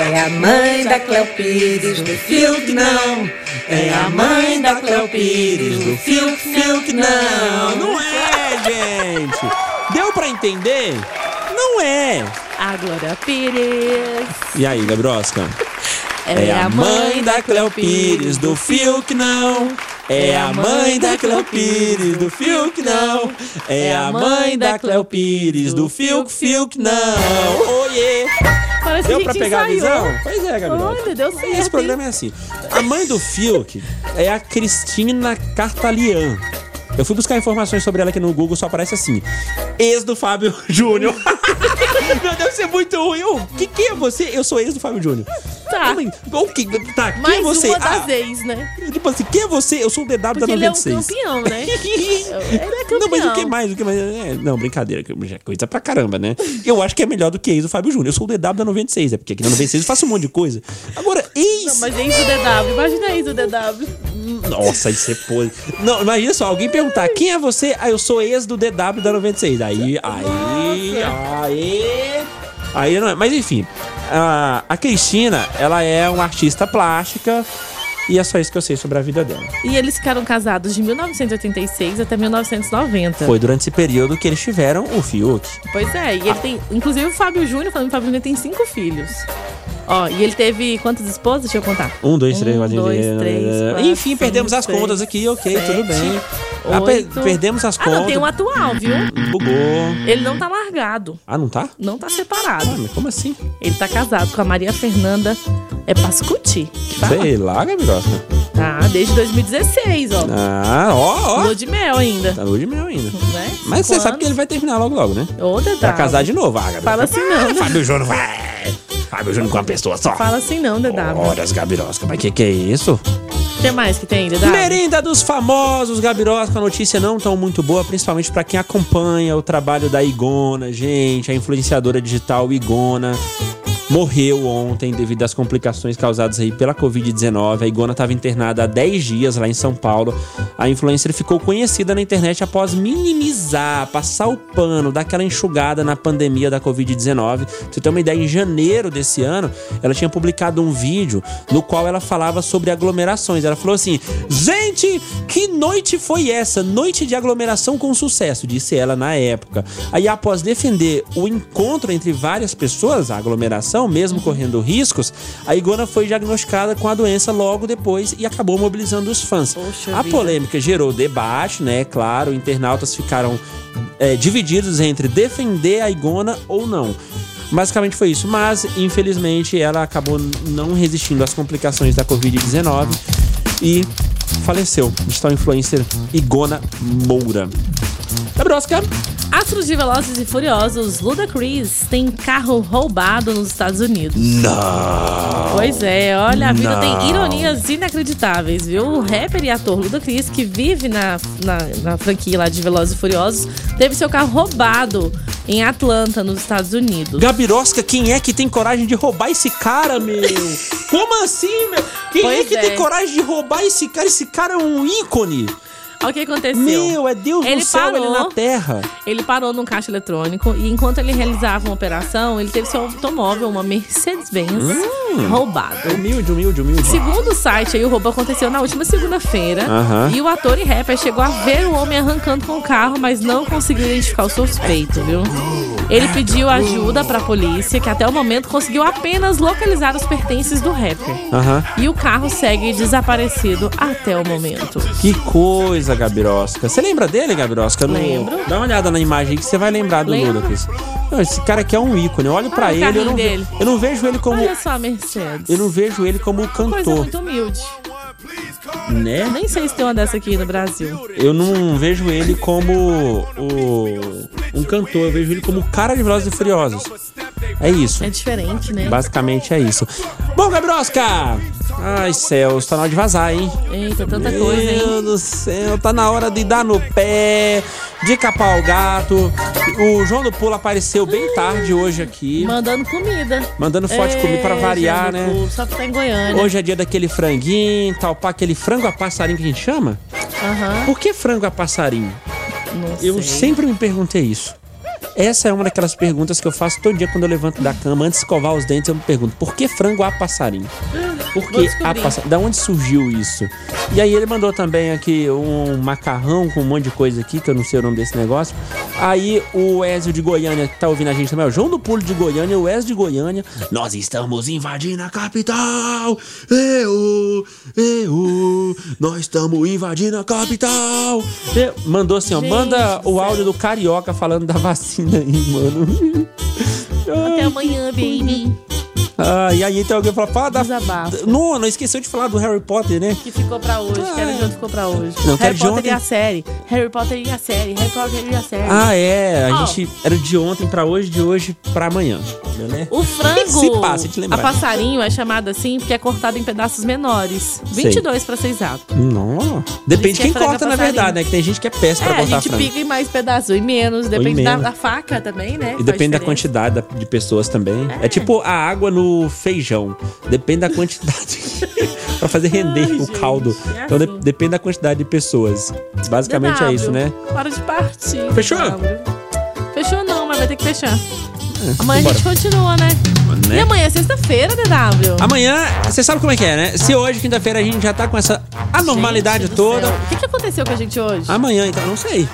S6: É a mãe da Cleo Pires do Fiuk não. É a mãe da Cleo Pires do Fiuk, Fiuk não.
S4: Não é, gente! Deu pra entender? Não é!
S5: A Glória Pires
S4: E aí, Gabrosca?
S5: É a mãe da
S4: Cleo Pires do Fiuk, não. É a mãe da Cleo Pires do Fiuk, não. É a mãe da Cleo Pires do Fiuk, Fiuk, não. Oiê!
S5: Parece
S4: Deu
S5: que a
S4: pra
S5: gente
S4: pegar a
S5: ensaiou.
S4: visão? Pois é, Gabriel.
S5: Olha, deu certo.
S4: Esse programa é assim. A mãe do Fiuk é a Cristina Cartalian. Eu fui buscar informações sobre ela aqui no Google, só aparece assim. Ex do Fábio Júnior. Meu Deus, isso é muito ruim. O que, que é você? Eu sou ex do Fábio Júnior.
S5: Tá.
S4: O que, tá, quem
S5: Mais
S4: é você?
S5: uma
S4: Ah,
S5: das ex, né?
S4: Tipo assim, quem é você? Eu sou o DW da
S5: Porque ele é um
S4: 96.
S5: campeão, né? ele é campeão.
S4: Não, mas o que mais? O que mais? É, não, brincadeira, que é coisa pra caramba, né? Eu acho que é melhor do que ex do Fábio Júnior. Eu sou o DW da 96, é porque aqui na 96 eu faço um monte de coisa. Agora, ex.
S5: Não, mas ex do DW. Imagina ex do DW.
S4: Nossa, isso é podre. Não, imagina só, alguém perguntar quem é você? Ah, eu sou ex do DW da 96. Aí, aí, aí. Aí não é. Mas enfim, a, a Cristina, ela é uma artista plástica e é só isso que eu sei sobre a vida dela.
S5: E eles ficaram casados de 1986 até 1990.
S4: Foi durante esse período que eles tiveram o Fiuk.
S5: Pois é, e ele tem. Inclusive o Fábio Júnior, falando que o Fábio Júnior tem cinco filhos. Ó, e ele teve quantas esposas? Deixa eu contar.
S4: Um, dois, três, quatro,
S5: dois, três, quatro,
S4: Enfim, perdemos as
S5: cinco,
S4: contas
S5: seis,
S4: aqui, ok, tudo bem.
S5: oito.
S4: Ah, per- perdemos as
S5: Ah,
S4: contas.
S5: não, tem um atual, viu?
S4: Bugou.
S5: Ele não tá largado,
S4: Ah, não tá?
S5: não tá separado.
S4: como assim?
S5: Ele tá casado com a Maria Fernanda é Pascuti. que fala.
S4: Sei lá, Gabirosa.
S5: Tá, desde 2016, ó.
S4: Ah, ó, ó.
S5: Lua de mel ainda.
S4: Tá lua de mel ainda.
S5: Né?
S4: Mas você sabe que ele vai terminar logo, logo, né?
S5: Ô,
S4: Pra
S5: Dedá.
S4: casar de novo, ah, Gabi.
S5: Tá, Fala assim não, né?
S4: Fábio Júnior vai. Fábio Júnior com uma pessoa só.
S5: Fala assim não, Dedá.
S4: Horas, Gabirosca. Mas que que é isso?
S5: O que mais que tem, Dedá?
S4: Merenda dos famosos, Gabirosca. A notícia não tão muito boa, principalmente pra quem acompanha o trabalho da Igona, gente. A influenciadora digital Igona morreu ontem devido às complicações causadas aí pela Covid-19. A Igona estava internada há 10 dias lá em São Paulo. A influencer ficou conhecida na internet após minimizar, passar o pano, dar aquela enxugada na pandemia da Covid-19. Pra você ter uma ideia, em janeiro desse ano, ela tinha publicado um vídeo no qual ela falava sobre aglomerações. Ela falou assim: Gente, que noite foi essa? Noite de aglomeração com sucesso, disse ela na época. Aí, após defender o encontro entre várias pessoas, a aglomeração, mesmo correndo riscos, a Igona foi diagnosticada com a doença logo depois e acabou mobilizando os fãs. a
S7: vida.
S4: polêmica gerou debate, né? Claro, internautas ficaram é, divididos entre defender a Igona ou não. Basicamente foi isso, mas infelizmente ela acabou n- não resistindo às complicações da Covid-19 e É faleceu. Digital influencer Igona Moura. Gabriel Oscar,
S5: Astros de Velozes e Furiosos, Ludacris tem carro roubado nos Estados Unidos.
S4: Não.
S5: Pois é, olha, a vida
S4: Não.
S5: tem ironias inacreditáveis, viu? O rapper e ator Ludacris, que vive na, na, na franquia lá de Velozes e Furiosos, teve seu carro roubado em Atlanta, nos Estados Unidos.
S4: Gabirosca, quem é que tem coragem de roubar esse cara, meu? Como assim, meu? Quem é
S5: Pois
S4: que
S5: é.
S4: tem coragem de roubar esse cara? Esse cara é um ícone.
S5: Olha o que aconteceu.
S4: Meu, é Deus no céu, ele na terra.
S5: Ele parou num caixa eletrônico e enquanto ele realizava uma operação, ele teve seu automóvel, uma Mercedes-Benz,
S4: Hum.
S5: roubado.
S4: Humilde, humilde, humilde.
S5: Segundo o site, aí, o roubo aconteceu na última segunda-feira.
S4: Aham.
S5: E o ator e rapper chegou a ver o homem arrancando com o carro, mas não conseguiu identificar o suspeito, viu? Ele pediu ajuda pra polícia, que até o momento conseguiu apenas localizar os pertences do rapper.
S4: Aham.
S5: E o carro segue desaparecido até o momento.
S4: Que coisa, Gabirosca. Você lembra dele, Gabirosca? No-
S5: Lembro.
S4: Dá uma olhada na imagem aí que você vai lembrar do
S5: Lembro.
S4: Ludacris. Não, esse cara aqui é um ícone. Eu olho pra
S5: o
S4: ele, eu
S5: carrinho
S4: não, ve-
S5: dele.
S4: eu não vejo ele como.
S5: Olha só a Mercedes.
S4: Eu não vejo ele como
S5: Coisa
S4: cantor,
S5: muito humilde.
S4: né?
S5: Nem sei se tem uma dessa aqui no Brasil.
S4: Eu não vejo ele como o- um cantor, eu vejo ele como o cara de Velozes e Furiosos. É isso.
S5: É diferente, né?
S4: Basicamente é isso. Bom, Gabrosca! Ai, céus, tá na hora de vazar, hein?
S5: Eita, tanta
S4: Meu
S5: coisa, hein?
S4: Deus do céu, tá na hora de dar no pé, de capar o gato. O João do Pulo apareceu bem tarde hoje aqui.
S5: Mandando comida.
S4: Mandando foto de comida pra
S5: Ei,
S4: variar,
S5: É, João do
S4: né?
S5: Pulo, Só que tá em Goiânia.
S4: Hoje é dia daquele franguinho, tal pá, aquele frango a passarinho que a gente chama.
S5: Aham.
S4: Por que frango a passarinho?
S5: Não
S4: Eu
S5: sei.
S4: sempre me perguntei isso. Essa é uma daquelas perguntas que eu faço todo dia quando eu levanto da cama, antes de escovar os dentes, eu me pergunto: por que frango a passarinho? Por
S5: Vou
S4: que a
S5: descobrir.
S4: passarinho? Da onde surgiu isso? E aí ele mandou também aqui um macarrão com um monte de coisa aqui, que eu não sei o nome desse negócio. Aí o Ezio de Goiânia, que tá ouvindo a gente também, é o João do Pulo de Goiânia, o Ezio de Goiânia. Nós estamos invadindo a capital! Eu, eu, nós estamos invadindo a capital! E mandou assim, ó,
S5: Gente
S4: manda o áudio do Carioca falando da vacina aí, mano.
S5: Até amanhã, baby.
S4: Ah, e aí tem alguém que fala, fala da...
S5: Desabafo.
S4: Não, não esqueceu de falar do Harry Potter, né?
S5: Que ficou pra hoje. Quero João ficou pra hoje.
S4: Não, quero
S5: Harry
S4: de
S5: Potter
S4: ontem.
S5: e a série. Harry Potter e a série. Harry Potter e a série.
S4: Ah, é. A
S5: Ó,
S4: gente era de ontem pra hoje, de hoje pra amanhã. Né?
S5: O frango
S4: Se passa, se te lembrar.
S5: a passarinho é chamado assim porque é cortado em pedaços menores.
S4: Sei.
S5: 22 pra ser exato.
S4: Não. Depende de
S5: Diz que é
S4: quem
S5: frango
S4: corta, na
S5: passarinho.
S4: verdade, né? Que tem gente que é péssima pra
S5: É, a
S4: cortar
S5: gente
S4: frango.
S5: pica em mais pedaços e menos. Depende da,
S4: menos.
S5: da faca também, né?
S4: E
S5: Faz
S4: depende da
S5: diferença.
S4: quantidade da- de pessoas também. É. tipo a água no feijão. Depende da quantidade. pra fazer render o caldo.
S5: é
S4: Então de-
S5: assim.
S4: depende da quantidade de pessoas. Basicamente é
S5: DW,
S4: isso, né?
S5: Hora de partir.
S4: Fechou?
S5: DW. Fechou não, mas vai ter que fechar. Amanhã
S4: vambora.
S5: a gente continua, né?
S4: Né?
S5: E amanhã é sexta-feira, DW.
S4: Amanhã, você sabe como é que é, né? Se hoje, quinta-feira, a gente já tá com essa anormalidade
S5: do
S4: toda.
S5: céu. O que, que aconteceu com a gente hoje?
S4: Amanhã, então, não sei.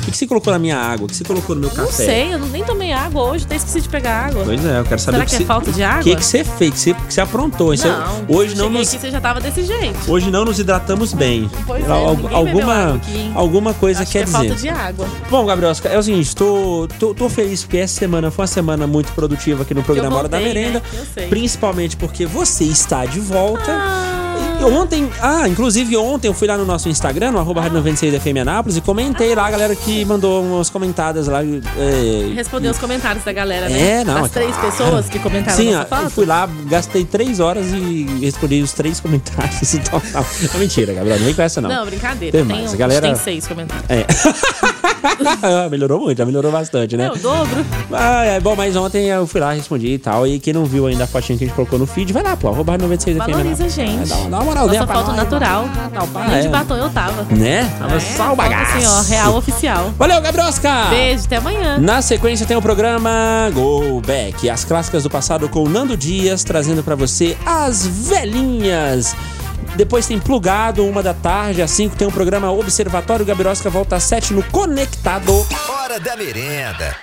S4: O que, que você colocou na minha água? O que você colocou no meu
S5: Não
S4: café?
S5: sei, eu não- nem tomei água hoje, até esqueci de pegar água.
S4: Pois é, eu quero saber
S5: Será
S4: o
S5: que é
S4: você-
S5: falta de água?
S4: O que, que você fez? O que você, que você aprontou? Você-
S5: Não,
S4: hoje, não
S5: cheguei
S4: nos,
S5: aqui, você já tava desse jeito.
S4: hoje não nos hidratamos bem.
S5: Pois é,
S4: Al-
S5: ninguém bebeu água
S4: alguma,
S5: aqui, hein?
S4: alguma coisa
S5: Acho que
S4: quer
S5: é
S4: dizer.
S5: falta de água.
S4: Bom, Gabrielska, é o seguinte, tô, tô, tô feliz porque essa semana foi uma semana muito produtiva aqui no programa Hora da
S5: voltei, né?
S4: Merenda.
S5: Eu sei. Ah.
S4: Principalmente porque você está de volta. E Ontem, ah, inclusive ontem eu fui lá no nosso Instagram, no arroba
S5: Ah.
S4: Rádio 96 FM Anápolis, e comentei lá a galera que mandou umas comentadas lá. é,
S5: Respondeu os comentários da galera, né?
S4: É, não.
S5: As três
S4: claro.
S5: pessoas que comentaram
S4: Sim,
S5: nossa
S4: ó, eu
S5: foto.
S4: fui lá, gastei três horas e respondi os três comentários. Então, não, não, mentira, Gabriel, não vem com essa, não.
S5: Não, brincadeira.
S4: Tem
S5: Tem,
S4: mais,
S5: um-
S4: a galera-
S5: tem seis comentários.
S4: É. melhorou muito, já melhorou bastante, né?
S5: É o dobro.
S4: Ah, é, bom, mas ontem eu fui lá, respondi e tal. E quem não viu ainda a fotinha que a gente colocou no feed, vai lá, pô, arroba 96 FM.
S5: Valoriza a gente.
S4: né? É, Dá, uma- dá uma moralzinha
S5: Nossa
S4: pra
S5: foto
S4: nós.
S5: natural. Nem
S4: é.
S5: de batom eu tava.
S4: Né? Tava só o
S5: Foto
S4: bagaço. Ah.
S5: Assim, ó, real oficial.
S4: Valeu, Gabrosca!
S5: Beijo, até amanhã.
S4: Na sequência tem o programa Go Back, as clássicas do passado com o Nando Dias, trazendo pra você as velhinhas. Depois tem Plugado, uma da tarde, às 5 tem o programa Observatório Gabirosca, volta às 7 no Conectado.
S7: Hora da merenda.